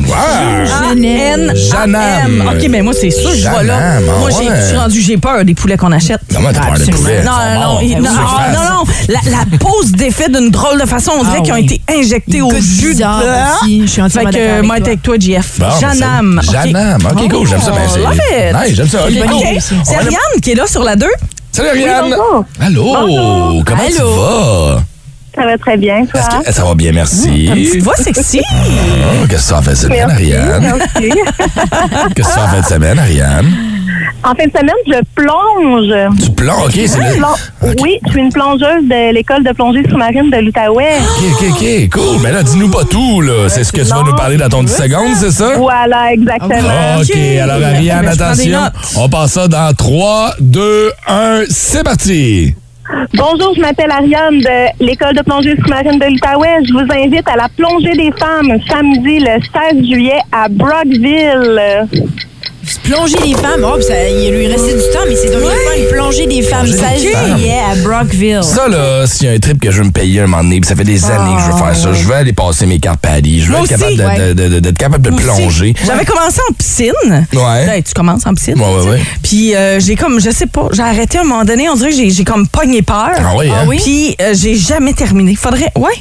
[SPEAKER 1] Wow!
[SPEAKER 2] N
[SPEAKER 1] Janam.
[SPEAKER 2] OK, mais moi, c'est sûr, que je vois là.
[SPEAKER 1] Janam, ah
[SPEAKER 2] Moi, j'ai
[SPEAKER 1] ouais.
[SPEAKER 2] je suis rendu, j'ai peur des poulets qu'on achète.
[SPEAKER 1] Non, moi, t'as peur des
[SPEAKER 2] Absolument.
[SPEAKER 1] poulets,
[SPEAKER 2] Non,
[SPEAKER 1] ils sont
[SPEAKER 2] non,
[SPEAKER 1] morts.
[SPEAKER 2] non,
[SPEAKER 1] Faut
[SPEAKER 2] non,
[SPEAKER 1] que je
[SPEAKER 2] non, non, La, la pose défait d'une drôle de façon. On dirait
[SPEAKER 3] Ah
[SPEAKER 2] qu'ils ont
[SPEAKER 3] oui.
[SPEAKER 2] été injectés
[SPEAKER 3] Ils
[SPEAKER 2] au
[SPEAKER 3] goûtent
[SPEAKER 2] jus de
[SPEAKER 3] bizarre aussi. Je suis
[SPEAKER 2] Fait
[SPEAKER 3] entièrement d'accord
[SPEAKER 2] que, moi,
[SPEAKER 3] avec
[SPEAKER 2] t'es
[SPEAKER 3] toi.
[SPEAKER 2] avec toi, JF.
[SPEAKER 1] Bon, ben,
[SPEAKER 2] Janam.
[SPEAKER 1] c'est- Janam. OK, cool, j'aime ça. Ben, c'est-
[SPEAKER 2] Oh, Love it.
[SPEAKER 1] Nice, j'aime ça. OK, cool.
[SPEAKER 2] OK.
[SPEAKER 1] On
[SPEAKER 2] C'est
[SPEAKER 1] va aller-
[SPEAKER 2] Ariane qui est là sur la 2.
[SPEAKER 1] Salut, Ariane. Allô? Comment tu vas?
[SPEAKER 9] Ça va très bien, toi.
[SPEAKER 1] Est-ce que- eh, Ça va bien, merci.
[SPEAKER 2] Tu vois, sexy.
[SPEAKER 1] Oh, Qu'est-ce que tu as en fin de semaine,
[SPEAKER 9] Merci,
[SPEAKER 1] Ariane?
[SPEAKER 9] merci.
[SPEAKER 1] Qu'est-ce que tu as en fin de semaine, Ariane?
[SPEAKER 9] en fin de semaine, je plonge.
[SPEAKER 1] Tu plonges, OK? c'est le-
[SPEAKER 9] Plon- Oui, je suis une plongeuse de l'école de plongée sous-marine de l'Outaouais.
[SPEAKER 1] OK, OK, OK, cool. Mais là, dis-nous pas tout, là. C'est ce que tu vas
[SPEAKER 9] Non,
[SPEAKER 1] nous parler dans ton 10 secondes, c'est ça? Ah,
[SPEAKER 9] Voilà, exactement.
[SPEAKER 1] OK, alors Ariane,
[SPEAKER 2] Ben, je prends des
[SPEAKER 1] attention.
[SPEAKER 2] notes.
[SPEAKER 1] On passe ça dans 3, 2, 1, c'est parti.
[SPEAKER 9] Bonjour, je m'appelle Ariane de l'école de plongée sous-marine de l'Outaouais. Je vous invite à la plongée des femmes samedi le 16 juillet à Brockville.
[SPEAKER 3] Plonger des femmes. Oh, puis ça, il lui restait du temps, mais c'est devenu fun. Plonger des femmes.
[SPEAKER 1] Plonger des
[SPEAKER 3] 16
[SPEAKER 1] femmes.
[SPEAKER 3] juillet à Brockville.
[SPEAKER 1] Ça, là, s'il y a un trip que je veux me payer un moment donné, puis ça fait des années que je veux faire ça, je veux aller passer mes cartes Paris, je veux
[SPEAKER 2] Ah. Moi
[SPEAKER 1] être capable
[SPEAKER 2] aussi,
[SPEAKER 1] de,
[SPEAKER 3] ouais.
[SPEAKER 1] de- de- d'être capable de
[SPEAKER 2] Moi aussi.
[SPEAKER 1] plonger.
[SPEAKER 2] J'avais commencé en piscine.
[SPEAKER 1] Ouais.
[SPEAKER 2] Ben, tu commences en piscine.
[SPEAKER 1] Ouais, ouais,
[SPEAKER 2] tu sais.
[SPEAKER 1] ouais.
[SPEAKER 2] Puis euh, j'ai comme, je sais pas, j'ai arrêté à un moment donné, on dirait que j'ai- j'ai comme pogné peur.
[SPEAKER 1] Ah oui, hein?
[SPEAKER 2] Puis euh, j'ai jamais terminé. Faudrait, ouais,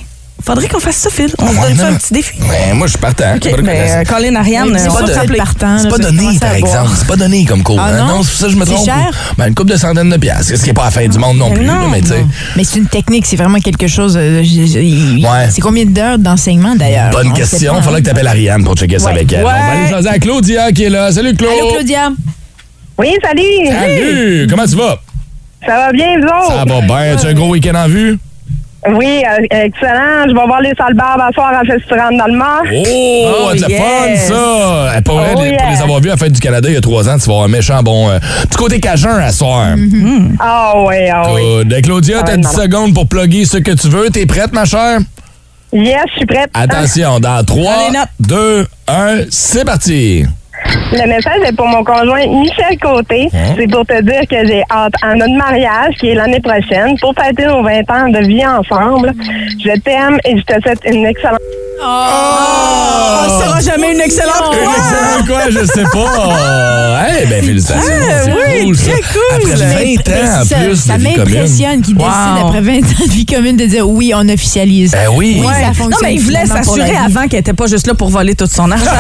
[SPEAKER 2] faudrait qu'on fasse ça, Phil. On se
[SPEAKER 1] Ouais,
[SPEAKER 2] donne ça
[SPEAKER 1] non.
[SPEAKER 2] un petit défi.
[SPEAKER 1] Ouais, moi, je suis partant.
[SPEAKER 2] OK,
[SPEAKER 1] Pas de
[SPEAKER 2] mais
[SPEAKER 1] connaissance.
[SPEAKER 2] euh, Colin, Ariane,
[SPEAKER 3] Oui,
[SPEAKER 2] euh,
[SPEAKER 3] c'est
[SPEAKER 2] on
[SPEAKER 3] pas
[SPEAKER 2] va
[SPEAKER 3] de-
[SPEAKER 2] s'appeler.
[SPEAKER 3] partant,
[SPEAKER 1] c'est
[SPEAKER 3] là,
[SPEAKER 1] pas
[SPEAKER 3] ça
[SPEAKER 1] donné,
[SPEAKER 3] commence
[SPEAKER 1] par
[SPEAKER 3] à boire.
[SPEAKER 1] exemple. C'est pas donné comme cours.
[SPEAKER 3] Ah
[SPEAKER 1] hein?
[SPEAKER 3] non?
[SPEAKER 1] c'est ça, je me
[SPEAKER 3] C'est
[SPEAKER 1] trompe.
[SPEAKER 3] cher?
[SPEAKER 1] Ben, une coupe de centaines de piastres. Ce qui est pas la fin du monde non
[SPEAKER 2] Mais
[SPEAKER 1] plus,
[SPEAKER 2] non,
[SPEAKER 1] là, mais tu sais.
[SPEAKER 3] Mais c'est une technique, c'est vraiment quelque chose. euh, je- je- il-
[SPEAKER 1] Ouais.
[SPEAKER 3] C'est combien d'heures d'enseignement d'ailleurs?
[SPEAKER 1] Bonne
[SPEAKER 3] On sait
[SPEAKER 1] question.
[SPEAKER 3] pas,
[SPEAKER 1] Il faudrait
[SPEAKER 3] hein.
[SPEAKER 1] que t'appelles Ariane pour checker ça avec elle.
[SPEAKER 2] Ouais.
[SPEAKER 1] On va aller jaser à Claudia qui est là. Salut, Claude.
[SPEAKER 3] Allô, Claudia.
[SPEAKER 9] Oui, salut.
[SPEAKER 1] Salut. Comment tu vas?
[SPEAKER 9] Ça va bien, vous
[SPEAKER 2] Oh.
[SPEAKER 9] autres?
[SPEAKER 1] Ça va bien. Tu as un gros week-end en vue?
[SPEAKER 9] Oui, euh, excellent. Je vais voir les sales barbes à soir en festival dans le Nord.
[SPEAKER 1] Oh,
[SPEAKER 2] Oh,
[SPEAKER 1] c'est le
[SPEAKER 2] yes.
[SPEAKER 1] fun, ça! Eh, Pour, vrai,
[SPEAKER 9] Oh,
[SPEAKER 1] les- pour
[SPEAKER 9] yeah.
[SPEAKER 1] les avoir vus à la fête du Canada il y a trois ans, tu vas avoir un méchant bon euh, petit côté cajun à soir.
[SPEAKER 9] Ah oui, ah
[SPEAKER 2] Oh,
[SPEAKER 9] oui.
[SPEAKER 1] Good. Eh, Claudia, t'as
[SPEAKER 9] Ouais,
[SPEAKER 1] 10
[SPEAKER 9] maman.
[SPEAKER 1] secondes pour plugger ce que tu veux. T'es prête, ma chère?
[SPEAKER 9] Yes, je suis prête.
[SPEAKER 1] Attention, dans 3,
[SPEAKER 2] Allez, note.
[SPEAKER 1] 2, 1, c'est parti!
[SPEAKER 9] Le message est pour mon conjoint Michel Côté.
[SPEAKER 2] Hein?
[SPEAKER 9] C'est pour te dire que j'ai hâte à notre mariage qui est l'année prochaine pour fêter nos 20 ans de vie ensemble. Je t'aime et je te souhaite une excellente
[SPEAKER 2] On
[SPEAKER 1] Oh.
[SPEAKER 2] ne Oh, sera jamais une excellente
[SPEAKER 1] Une
[SPEAKER 2] quoi.
[SPEAKER 1] excellente quoi, je sais pas. Eh ben félicitations,
[SPEAKER 2] Ah,
[SPEAKER 1] c'est
[SPEAKER 2] oui,
[SPEAKER 1] cool ça.
[SPEAKER 2] très cool.
[SPEAKER 1] Après 20 ans
[SPEAKER 3] Mais
[SPEAKER 1] en
[SPEAKER 3] c'est ça,
[SPEAKER 1] plus
[SPEAKER 3] ça
[SPEAKER 1] de vie commune.
[SPEAKER 3] m'impressionne qu'ils
[SPEAKER 2] Wow.
[SPEAKER 3] décident après 20 ans de vie commune de dire oui, on officialise.
[SPEAKER 1] Ben oui.
[SPEAKER 3] Oui, ça
[SPEAKER 2] Non,
[SPEAKER 3] fonctionne.
[SPEAKER 2] mais il voulait
[SPEAKER 3] finalement pour la
[SPEAKER 2] s'assurer
[SPEAKER 3] vie.
[SPEAKER 2] avant qu'elle n'était pas juste là pour voler tout son argent.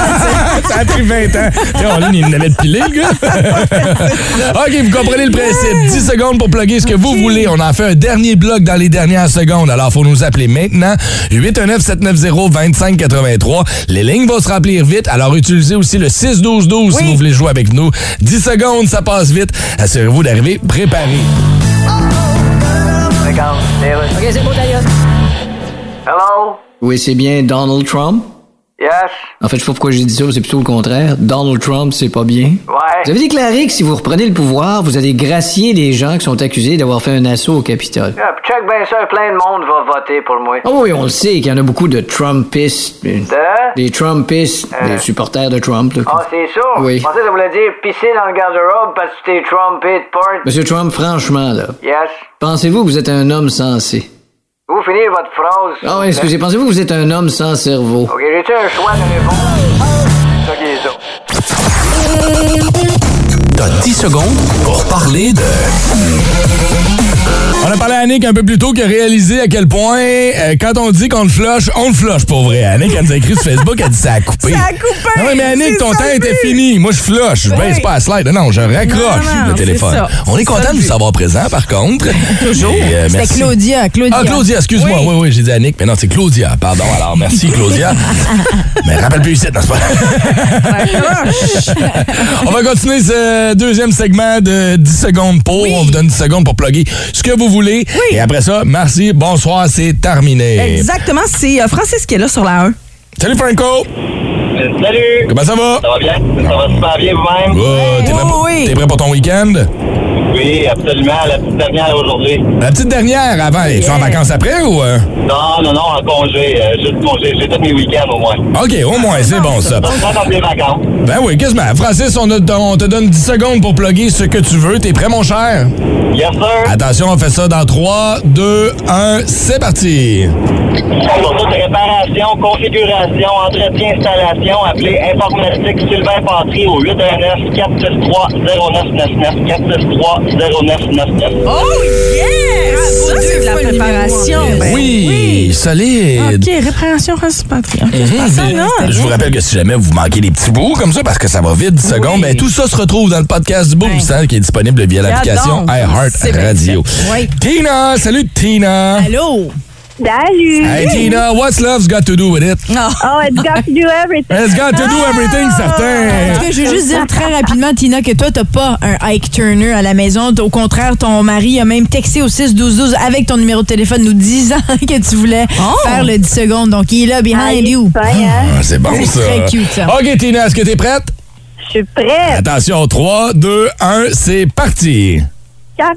[SPEAKER 1] ça a pris 20 ans. Tiens, en ligne, il l'avait pilé, le [laughs] gars. OK, vous comprenez le principe. 10 secondes pour plugger ce que vous voulez. On en fait un dernier bloc dans les dernières secondes. Alors, faut nous appeler maintenant. 819-790-2583. Les lignes vont se remplir vite. Alors, utilisez aussi le 6-12-12 si vous voulez jouer avec nous. 10 secondes, ça passe vite. Assurez-vous d'arriver préparé.
[SPEAKER 7] OK, c'est bon, d'ailleurs.
[SPEAKER 5] Hello?
[SPEAKER 6] Oui, c'est bien Donald Trump.
[SPEAKER 5] Yes?
[SPEAKER 6] En fait, je sais pas pourquoi j'ai dit ça, mais c'est plutôt le contraire. Donald Trump, c'est pas bien. Vous
[SPEAKER 5] Ouais?
[SPEAKER 6] avez déclaré que si vous reprenez le pouvoir, vous allez gracier les gens qui sont accusés d'avoir fait un assaut au Capitole.
[SPEAKER 5] Ah, Check bien ça, plein de monde va voter pour moi.
[SPEAKER 6] Oh oui, on le sait qu'il y en a beaucoup de Trumpistes. euh, Des Trumpistes, des supporters de Trump. là.
[SPEAKER 5] Hein?
[SPEAKER 7] Ah,
[SPEAKER 5] Ah, c'est ça?
[SPEAKER 6] Oui. Je pensais
[SPEAKER 5] que ça voulait dire pisser dans le garde-robe parce que t'es trompé de porte.
[SPEAKER 6] Monsieur Trump, franchement, là,
[SPEAKER 5] Yes?
[SPEAKER 6] pensez-vous que vous êtes un homme sensé?
[SPEAKER 5] Vous finissez votre phrase.
[SPEAKER 6] Ah oui, excusez, pensez-vous que vous êtes un homme sans cerveau?
[SPEAKER 5] OK, j'ai-tu un choix de réponse? Ça qui est ça.
[SPEAKER 4] T'as 10 secondes pour parler de...
[SPEAKER 1] On a parlé à Annick un peu plus tôt qui a réalisé à quel point, euh, quand on dit qu'on le flush, on le flush pour vrai. Annick, elle nous a écrit sur Facebook, elle dit ça a coupé.
[SPEAKER 2] Ça a coupé!
[SPEAKER 1] Non, mais Annick,
[SPEAKER 2] C'est
[SPEAKER 1] ton
[SPEAKER 2] ça
[SPEAKER 1] temps
[SPEAKER 2] le
[SPEAKER 1] était
[SPEAKER 2] but!
[SPEAKER 1] fini. Moi, je flush. Je baisse
[SPEAKER 2] Oui.
[SPEAKER 1] pas à slide. Non, je raccroche
[SPEAKER 2] Non, non,
[SPEAKER 1] le
[SPEAKER 2] c'est
[SPEAKER 1] téléphone.
[SPEAKER 2] ça.
[SPEAKER 1] On est
[SPEAKER 2] C'est ça
[SPEAKER 1] content
[SPEAKER 2] le
[SPEAKER 1] de vous
[SPEAKER 2] but.
[SPEAKER 1] avoir présent, par
[SPEAKER 2] [laughs]
[SPEAKER 1] contre. Toujours.
[SPEAKER 3] C'était Claudia. Claudia.
[SPEAKER 1] Ah, Claudia, excuse-moi. Oui, oui, j'ai dit Annick, mais non, c'est Claudia. Pardon, alors merci,
[SPEAKER 2] [laughs]
[SPEAKER 1] Claudia. mais rappelle plus ici, non, c'est pas
[SPEAKER 2] Ah,
[SPEAKER 1] On va continuer ce deuxième segment de 10 secondes pour. On vous donne 10 secondes pour plugger ce que vous voulez. Et après ça, merci, bonsoir, c'est terminé.
[SPEAKER 2] Exactement, c'est euh, Francis qui est là sur la 1.
[SPEAKER 1] Salut, Franco.
[SPEAKER 5] Salut!
[SPEAKER 1] Comment ça va?
[SPEAKER 5] Ça va bien? Ça va super bien vous-même?
[SPEAKER 1] Good. T'es prêt, pour-
[SPEAKER 2] Oui, oui.
[SPEAKER 1] t'es prêt pour ton week-end?
[SPEAKER 5] Oui, absolument. La petite dernière aujourd'hui.
[SPEAKER 1] La petite dernière avant. Tu es en vacances après ou? euh?
[SPEAKER 5] Ah, Non, non, non, en congé. Euh, juste congé. J'ai tous mes week-ends au moins.
[SPEAKER 1] OK, au moins, Ah, c'est bon ça.
[SPEAKER 5] Pas dans des vacances.
[SPEAKER 1] Ben oui, quasiment. Francis, on, a- on te donne 10 secondes pour plugger ce que tu veux. T'es prêt, mon cher?
[SPEAKER 5] Yes, sir.
[SPEAKER 1] Attention, on fait ça dans 3, 2, 1, c'est parti!
[SPEAKER 5] Pour toute réparation, configuration, entretien, installation, appelez Informatique Sylvain Patry au 819 463 0999 463 0999.
[SPEAKER 2] Oh yeah! Ça, c'est de la préparation.
[SPEAKER 1] Ben Oui, solide!
[SPEAKER 2] OK, réparation patrie.
[SPEAKER 1] Mhm.
[SPEAKER 2] ça, là.
[SPEAKER 1] Je vous rappelle que si jamais vous manquez des petits bouts comme ça, parce que ça va vite 10 secondes, ben, tout ça se retrouve dans le podcast du Boost hein, qui est disponible via l'application
[SPEAKER 2] donc.
[SPEAKER 1] iHeart
[SPEAKER 2] C'est bien
[SPEAKER 1] Radio.
[SPEAKER 3] Oui.
[SPEAKER 1] Tina, salut Tina!
[SPEAKER 3] Allô?
[SPEAKER 9] Salut!
[SPEAKER 1] Hey Tina, what's love's got to do with it?
[SPEAKER 2] Ah,
[SPEAKER 9] Oh, it's got to do everything.
[SPEAKER 1] It's got to do everything,
[SPEAKER 3] En
[SPEAKER 1] certain!
[SPEAKER 3] tout cas, je veux juste dire très rapidement, Tina, que toi, t'as pas un Ike Turner à la maison. Au contraire, ton mari a même texté au 6-12-12 avec ton numéro de téléphone nous disant [laughs] que tu voulais
[SPEAKER 1] Oh!
[SPEAKER 3] faire le 10 secondes. Donc, il est là, behind you.
[SPEAKER 1] Ah, c'est bon ça!
[SPEAKER 3] très cute, ça.
[SPEAKER 1] Ok Tina, est-ce que t'es prête?
[SPEAKER 9] Je suis prête.
[SPEAKER 1] Attention, 3, 2, 1, c'est parti!
[SPEAKER 9] 40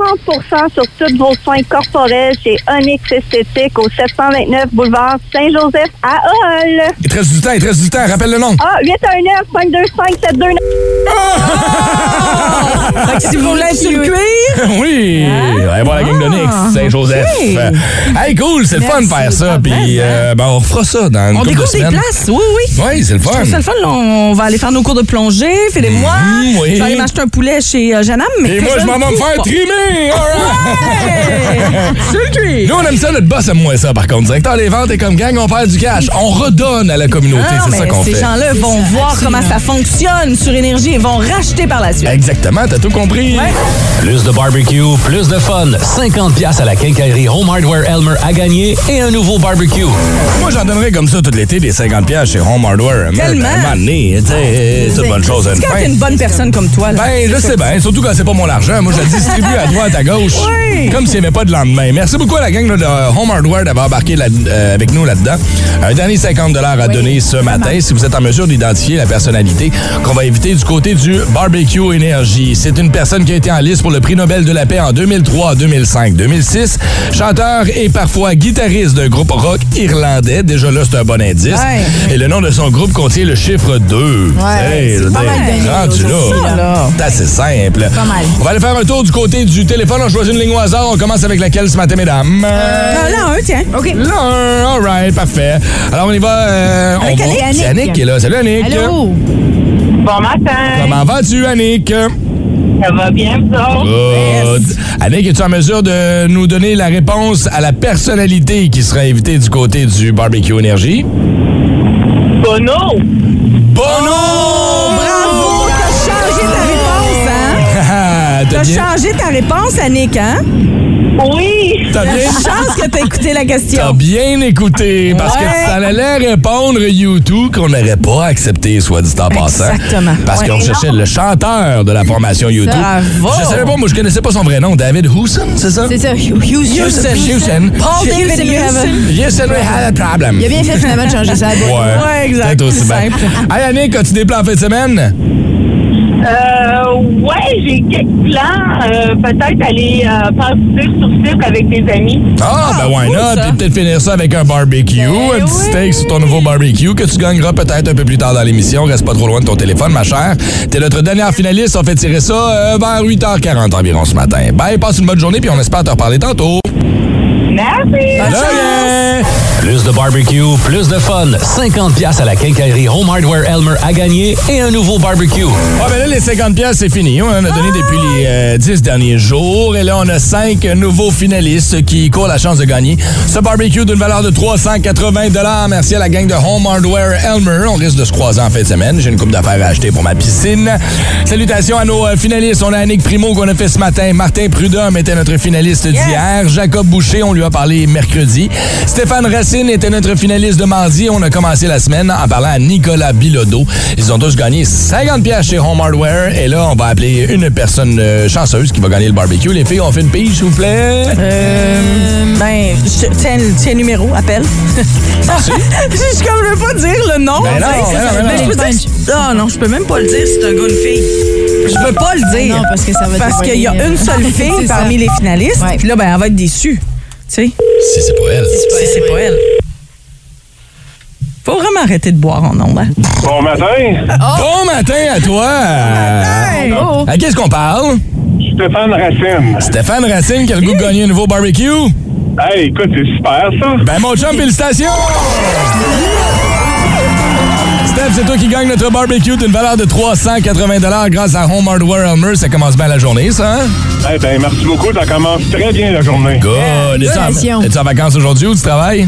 [SPEAKER 9] sur tous vos soins corporels chez Onyx Esthétique au 729 boulevard Saint-Joseph à Hall.
[SPEAKER 1] Il te reste du temps, il te reste du temps, rappelle le nom!
[SPEAKER 9] Ah, 819-525-729.
[SPEAKER 2] Si vous voulez être sur le cuir,
[SPEAKER 1] [laughs] Oui!
[SPEAKER 2] Ah.
[SPEAKER 1] Allez voir la gang de Nix, Saint-Joseph. Hey, cool, c'est le fun de faire ça. Puis, euh, ben, on refera ça dans une
[SPEAKER 2] hein. on
[SPEAKER 1] couple de
[SPEAKER 2] découvre des
[SPEAKER 1] semaines.
[SPEAKER 2] places. Oui, oui.
[SPEAKER 1] Oui, c'est le fun.
[SPEAKER 2] C'est le fun, là, on va aller faire nos cours de plongée, Philippe et moi.
[SPEAKER 1] Mhm, oui.
[SPEAKER 2] Je vais aller m'acheter un poulet chez euh, Jeanne Anne, mais
[SPEAKER 1] Et moi, je m'en vais me faire
[SPEAKER 2] [laughs]
[SPEAKER 1] trimer! all right.
[SPEAKER 2] Sur le cuir.
[SPEAKER 1] Nous, on aime ça, notre boss aime moins ça, par contre. Directeur des ventes et comme gang, on perd du cash. On redonne à la communauté,
[SPEAKER 2] Non,
[SPEAKER 1] c'est ça
[SPEAKER 2] Ah, mais
[SPEAKER 1] qu'on
[SPEAKER 2] ces
[SPEAKER 1] fait.
[SPEAKER 2] gens-là vont voir comment ça fonctionne sur Énergie et vont racheter par la suite.
[SPEAKER 1] Exactement, t'as tout compris.
[SPEAKER 4] Plus de barbecue, plus de fun. 50 pièces à la quincaillerie Home Hardware Elmer à gagner et un nouveau barbecue.
[SPEAKER 1] Moi, j'en donnerais comme ça tout l'été des 50 pièces chez Home Hardware.
[SPEAKER 2] Tellement.
[SPEAKER 1] Mais, à un moment donné, tu sais, c'est une bonne chose à une
[SPEAKER 2] C'est quand
[SPEAKER 1] fin.
[SPEAKER 2] t'es une bonne personne comme toi, là.
[SPEAKER 1] Ben, je sais bien, surtout quand c'est pas mon argent. Moi, je le
[SPEAKER 3] [laughs]
[SPEAKER 1] distribue à droite, à gauche.
[SPEAKER 2] Oui.
[SPEAKER 1] Comme s'il n'y avait pas de lendemain. Merci beaucoup à la gang là, de euh, Home Hardware d'avoir embarqué là- euh, avec nous là-dedans. Un dernier 50 à donner ce matin si vous êtes en mesure d'identifier la personnalité qu'on va éviter du côté du barbecue énergie. C'est c'est une personne qui a été en liste pour le prix Nobel de la paix en 2003, 2005, 2006. Chanteur et parfois guitariste d'un groupe rock irlandais. Déjà là, c'est un bon indice.
[SPEAKER 3] Ouais.
[SPEAKER 1] Et le nom de son groupe contient le chiffre 2.
[SPEAKER 3] Ouais,
[SPEAKER 1] Hey,
[SPEAKER 3] c'est
[SPEAKER 1] je veux
[SPEAKER 3] pas
[SPEAKER 1] dire,
[SPEAKER 3] mal donné,
[SPEAKER 1] rendu
[SPEAKER 3] aujourd'hui,
[SPEAKER 1] là,
[SPEAKER 3] là.
[SPEAKER 1] C'est assez simple.
[SPEAKER 3] Pas mal.
[SPEAKER 1] On va aller faire un tour du côté du téléphone. On choisit une ligne au hasard. On commence avec laquelle ce matin, mesdames?
[SPEAKER 3] Euh,
[SPEAKER 2] Ah, là, un, tiens.
[SPEAKER 3] OK.
[SPEAKER 1] L'un, all right, parfait. Alors, on y va. euh, on
[SPEAKER 3] Avec
[SPEAKER 1] va-
[SPEAKER 3] Annick.
[SPEAKER 1] C'est Annick qui est là. Salut, Annick.
[SPEAKER 3] Allô?
[SPEAKER 9] Bon matin.
[SPEAKER 1] Comment vas-tu, Annick?
[SPEAKER 9] Ça va bien, ça?
[SPEAKER 1] Good. Annick, es-tu en mesure de nous donner la réponse à la personnalité qui sera invitée du côté du barbecue énergie?
[SPEAKER 9] Bono.
[SPEAKER 1] Bono!
[SPEAKER 3] Oh!
[SPEAKER 2] Bravo! Oh, T'as changé ta réponse, hein?
[SPEAKER 1] Ah, [laughs] T'as
[SPEAKER 2] T'as
[SPEAKER 1] bien,
[SPEAKER 2] changé ta réponse,
[SPEAKER 1] [laughs]
[SPEAKER 2] Annick, hein?
[SPEAKER 9] Oui.
[SPEAKER 1] t'as bien-
[SPEAKER 2] Chance que t'as écouté la
[SPEAKER 1] t'as
[SPEAKER 2] question.
[SPEAKER 1] bien écouté parce que
[SPEAKER 2] Ouais.
[SPEAKER 1] ça allait répondre YouTube qu'on n'aurait pas accepté, soit dit en passant.
[SPEAKER 2] Exactement.
[SPEAKER 1] Parce
[SPEAKER 2] Ouais.
[SPEAKER 1] qu'on cherchait le chanteur de la formation YouTube.
[SPEAKER 2] Bravo.
[SPEAKER 1] Je savais pas, moi je connaissais pas son vrai nom. David Houston, c'est ça?
[SPEAKER 3] C'est ça, Houston.
[SPEAKER 1] Houston. Houston.
[SPEAKER 3] Paul
[SPEAKER 2] Houston.
[SPEAKER 3] David Houston.
[SPEAKER 1] Houston, we had a problem.
[SPEAKER 3] Il a bien fait finalement de changer ça.
[SPEAKER 1] Ouais,
[SPEAKER 2] Ouais, exact.
[SPEAKER 1] peut-être aussi
[SPEAKER 2] C'est
[SPEAKER 1] bien.
[SPEAKER 2] simple.
[SPEAKER 1] Hey Annick, as-tu des plans en fin de semaine?
[SPEAKER 9] Euh, ouais, j'ai quelques plans. Euh, Peut-être aller euh, participer sur site avec des amis.
[SPEAKER 1] Ah, ben why
[SPEAKER 2] cool,
[SPEAKER 1] not?
[SPEAKER 2] ça.
[SPEAKER 1] Puis peut-être finir ça avec un barbecue, un petit steak sur ton nouveau barbecue que tu gagneras peut-être un peu plus tard dans l'émission. Reste pas trop loin de ton téléphone, ma chère. T'es notre dernière finaliste. On fait tirer ça euh, vers 8h40 environ ce matin. Bye, passe une bonne journée puis on espère te reparler tantôt.
[SPEAKER 9] Merci.
[SPEAKER 1] Bye.
[SPEAKER 4] Plus de barbecue, plus de fun. 50 pièces à la quincaillerie Home Hardware Elmer à gagner et un nouveau barbecue.
[SPEAKER 1] Ah ben là, les 50 pièces c'est fini. On en a donné depuis les euh, 10 derniers jours. Et là, on a 5 nouveaux finalistes qui courent la chance de gagner ce barbecue d'une valeur de 380 Merci à la gang de Home Hardware Elmer. On risque de se croiser en fin de semaine. J'ai une coupe d'affaires à acheter pour ma piscine. Salutations à nos euh, finalistes. On a Annick Primo qu'on a fait ce matin. Martin Prudhomme était notre finaliste d'hier. Jacob Boucher, on lui a parlé mercredi. Stéphane Racine était notre finaliste de mardi. On a commencé la semaine en parlant à Nicolas Bilodeau. Ils ont tous gagné 50 pièces chez Home Hardware. Et là, on va appeler une personne euh, chanceuse qui va gagner le barbecue. Les filles, on fait une pige, s'il vous plaît.
[SPEAKER 2] Euh, ben, je- tiens, le- tiens le numéro, appelle. [laughs] je suis comme, je veux pas dire le nom.
[SPEAKER 1] Ben
[SPEAKER 2] tu
[SPEAKER 1] non,
[SPEAKER 2] sais,
[SPEAKER 1] ben non, ben
[SPEAKER 2] mais
[SPEAKER 1] non.
[SPEAKER 2] je peux dire- Ah non, je peux même pas le dire si c'est un gars ou une fille. Je peux pas le dire.
[SPEAKER 3] Non, parce que ça va
[SPEAKER 2] Parce qu'il y a
[SPEAKER 3] dévoiler,
[SPEAKER 2] une
[SPEAKER 3] euh, [laughs]
[SPEAKER 2] seule
[SPEAKER 3] c'est
[SPEAKER 2] fille
[SPEAKER 3] ça.
[SPEAKER 2] parmi les finalistes.
[SPEAKER 3] Ouais.
[SPEAKER 2] Puis là, ben, elle va être déçue. Tu sais,
[SPEAKER 1] Si c'est pas elle.
[SPEAKER 2] si c'est pas elle. Faut vraiment arrêter de boire en nombre. Hein?
[SPEAKER 5] Bon matin,
[SPEAKER 1] Bon matin à toi.
[SPEAKER 3] Oh.
[SPEAKER 1] À qui est-ce qu'on parle?
[SPEAKER 5] Stéphane Racine.
[SPEAKER 1] Stéphane Racine qui a le goût de gagner un nouveau barbecue.
[SPEAKER 5] Hey, écoute, c'est super ça.
[SPEAKER 1] Ben mon chum, félicitations! Steph, c'est toi qui gagne notre barbecue d'une valeur de 380 grâce à Home Hardware Elmer. Ça commence bien la journée, ça, hein?
[SPEAKER 5] Eh ben, merci beaucoup. Ça commence très bien la journée.
[SPEAKER 1] Good! Es-tu en,
[SPEAKER 3] Félicitations.
[SPEAKER 1] es-tu en vacances aujourd'hui ou tu travailles?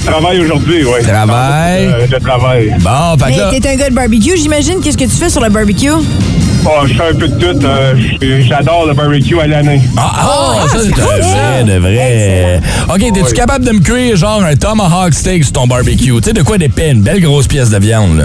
[SPEAKER 5] Je travaille aujourd'hui, oui. Euh,
[SPEAKER 1] Travail.
[SPEAKER 5] Je travaille.
[SPEAKER 1] Bon, fait
[SPEAKER 3] Mais
[SPEAKER 1] que là...
[SPEAKER 3] t'es un gars de barbecue, j'imagine. Qu'est-ce que tu fais sur le barbecue?
[SPEAKER 5] Oh, je fais un peu de tout. euh, je- J'adore le barbecue à l'année.
[SPEAKER 1] Ah, ah, ça, c'est un vrai, de vrai. OK, t'es-tu
[SPEAKER 5] Oui.
[SPEAKER 1] capable de me cuire genre un tomahawk steak sur ton barbecue? Tu sais, de quoi d'épais, une belle grosse pièce de viande, là?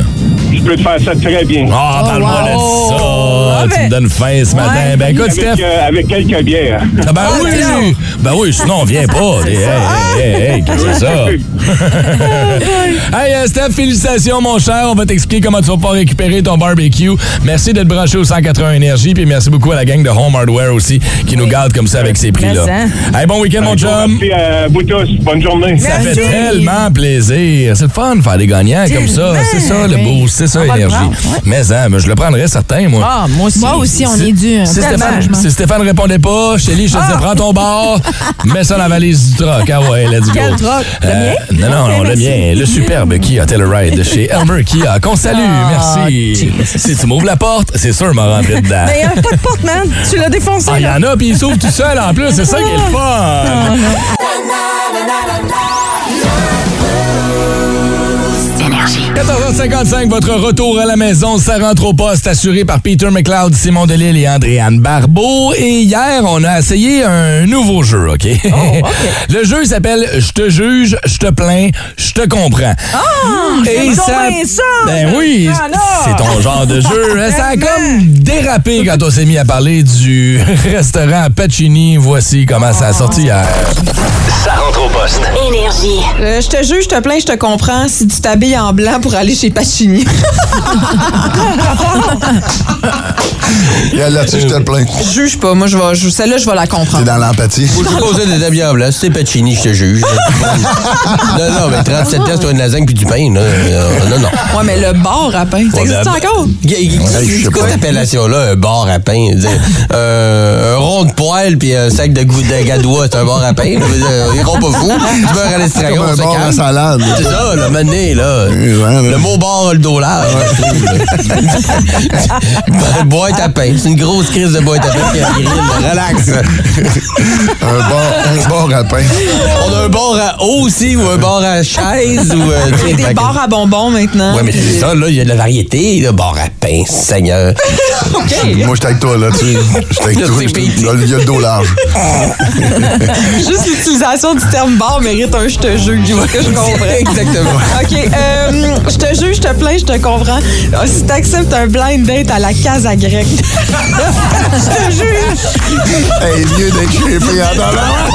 [SPEAKER 5] Je peux te faire ça très bien.
[SPEAKER 1] Ah,
[SPEAKER 3] Oh,
[SPEAKER 1] parle-moi
[SPEAKER 3] wow.
[SPEAKER 1] de ça!
[SPEAKER 2] Ah,
[SPEAKER 1] tu
[SPEAKER 2] ben-
[SPEAKER 1] me donnes faim ce matin.
[SPEAKER 2] Ouais.
[SPEAKER 1] Ben écoute, Steph...
[SPEAKER 5] Avec, euh, avec quelques bières.
[SPEAKER 1] Ah ben
[SPEAKER 2] Ah,
[SPEAKER 1] oui,
[SPEAKER 2] ben non.
[SPEAKER 1] ben oui, sinon on vient pas. Hey, hey, hey, hey, qu'est-ce que c'est ça? [laughs] hey euh, Steph, félicitations mon cher, on va t'expliquer comment tu vas pouvoir récupérer ton barbecue. Merci d'être branché au 180 Énergie, puis merci beaucoup à la gang de Home Hardware aussi qui nous garde comme ça avec ces prix-là.
[SPEAKER 2] Merci,
[SPEAKER 1] Hey, bon week-end mon chum!
[SPEAKER 5] Merci à vous tous. Bonne journée.
[SPEAKER 1] Ça fait
[SPEAKER 2] Merci.
[SPEAKER 1] tellement plaisir. C'est le fun de faire des gagnants comme ça.
[SPEAKER 2] Tellement.
[SPEAKER 1] C'est ça le
[SPEAKER 2] Oui.
[SPEAKER 1] boost, c'est ça
[SPEAKER 2] On va le
[SPEAKER 1] l'énergie.
[SPEAKER 2] prendre, ouais.
[SPEAKER 1] Mais hein, ben, je le prendrais certain, moi.
[SPEAKER 2] Ah, moi aussi.
[SPEAKER 3] Moi aussi, on est dû.
[SPEAKER 2] hein.
[SPEAKER 1] Si Stéphane,
[SPEAKER 3] Tellement.
[SPEAKER 1] si Stéphane répondait pas, Chélie, je te
[SPEAKER 2] Ah!
[SPEAKER 1] disais, prends ton
[SPEAKER 2] [laughs]
[SPEAKER 1] bar, mets ça dans la valise du truck. Ah ouais, let's go. Euh,
[SPEAKER 2] Quel truck? Le mien?
[SPEAKER 1] Non, non,
[SPEAKER 2] Ok,
[SPEAKER 1] non, le
[SPEAKER 2] merci.
[SPEAKER 1] mien. Le superbe Kia Telluride de
[SPEAKER 2] [laughs]
[SPEAKER 1] chez Elmer Kia. Qu'on salue,
[SPEAKER 2] Ah,
[SPEAKER 1] merci. Si tu m'ouvres la porte, c'est sûr, m'a rentré dedans.
[SPEAKER 2] [laughs] Mais il Ben, a pas de porte, man. Tu l'as défoncé.
[SPEAKER 1] Ah, il y
[SPEAKER 2] là.
[SPEAKER 1] en a, puis ils s'ouvrent tout seul en plus. C'est ça qui est le
[SPEAKER 2] Ah.
[SPEAKER 1] fun.
[SPEAKER 8] Énergie.
[SPEAKER 1] 14h55, votre retour à la maison, ça rentre au poste, assuré par Peter McLeod, Simon Delille et Andréanne Barbeau. Et hier, on a essayé un nouveau jeu, OK?
[SPEAKER 2] Oh,
[SPEAKER 1] [laughs] Le jeu s'appelle Je te juge, je te plains, je te comprends.
[SPEAKER 2] Ah,
[SPEAKER 1] Hmm,
[SPEAKER 2] j'aime donc bien ça!
[SPEAKER 1] Ben oui,
[SPEAKER 2] Ah, là!
[SPEAKER 1] c'est ton genre de jeu.
[SPEAKER 2] [laughs]
[SPEAKER 1] Hein, ça a
[SPEAKER 2] Tellement!
[SPEAKER 1] comme dérapé quand on s'est mis à parler du [laughs] restaurant Pacini. Voici comment
[SPEAKER 2] Ah.
[SPEAKER 1] ça a sorti hier.
[SPEAKER 8] Énergie.
[SPEAKER 10] Euh, je te juge, je te plains, je te comprends. Si tu t'habilles en blanc pour pour aller chez Pachini.
[SPEAKER 11] Regarde, Là-dessus, je te le plains.
[SPEAKER 10] Juge pas, moi je vais. je- Celle-là, je vais la comprendre.
[SPEAKER 11] T'es dans l'empathie.
[SPEAKER 12] Faut pas poser des habillants blancs. Si c'est Pacini, je te juge. non, Euh, non, mais 37 ans, c'est une lasagne puis du pain. là. Euh, non, non.
[SPEAKER 10] Ouais, mais le bar à pain, ça
[SPEAKER 12] Ouais,
[SPEAKER 10] existe
[SPEAKER 12] ben,
[SPEAKER 10] encore?
[SPEAKER 12] Hey, Je sais pas cette appellation-là, un bar à pain. Je veux dire, euh, un rond de poêle puis un sac de goût de gadois, c'est un bar à pain. Je veux dire, Ils iront pas fous. Tu beurre à l'estragon,
[SPEAKER 11] Comme un
[SPEAKER 12] on se
[SPEAKER 11] bar à
[SPEAKER 12] calme.
[SPEAKER 11] salade.
[SPEAKER 12] C'est ça, le mané, là. Le mot bar a le dollar, je trouve. là. Ben, boîte à pain. C'est [laughs] une grosse crise de boîte à pain qui a grille. Relax.
[SPEAKER 11] un bar, un bar à pain.
[SPEAKER 12] On a un bar à eau aussi ou un bar à chaise ou euh, tu sais,
[SPEAKER 10] Il y a des
[SPEAKER 12] ben,
[SPEAKER 10] bars à bonbons maintenant.
[SPEAKER 12] Ouais, mais c'est ça, là, il y a de la variété, là, bar à pain, seigneur.
[SPEAKER 11] Moi, je suis avec toi, là, tu sais. Je suis avec
[SPEAKER 12] Là,
[SPEAKER 11] toi.
[SPEAKER 12] c'est
[SPEAKER 11] je suis- Il y a le dos large.
[SPEAKER 10] [laughs] Juste l'utilisation du terme bar mérite un je te juge, tu vois que je comprends.
[SPEAKER 12] Exactement.
[SPEAKER 10] OK, euh, je te juge, je te plains, je te comprends. Ah, si t'acceptes un blind date à la case à grecque. [laughs] je te juge.
[SPEAKER 11] Hey, mieux d'être chez en dollars.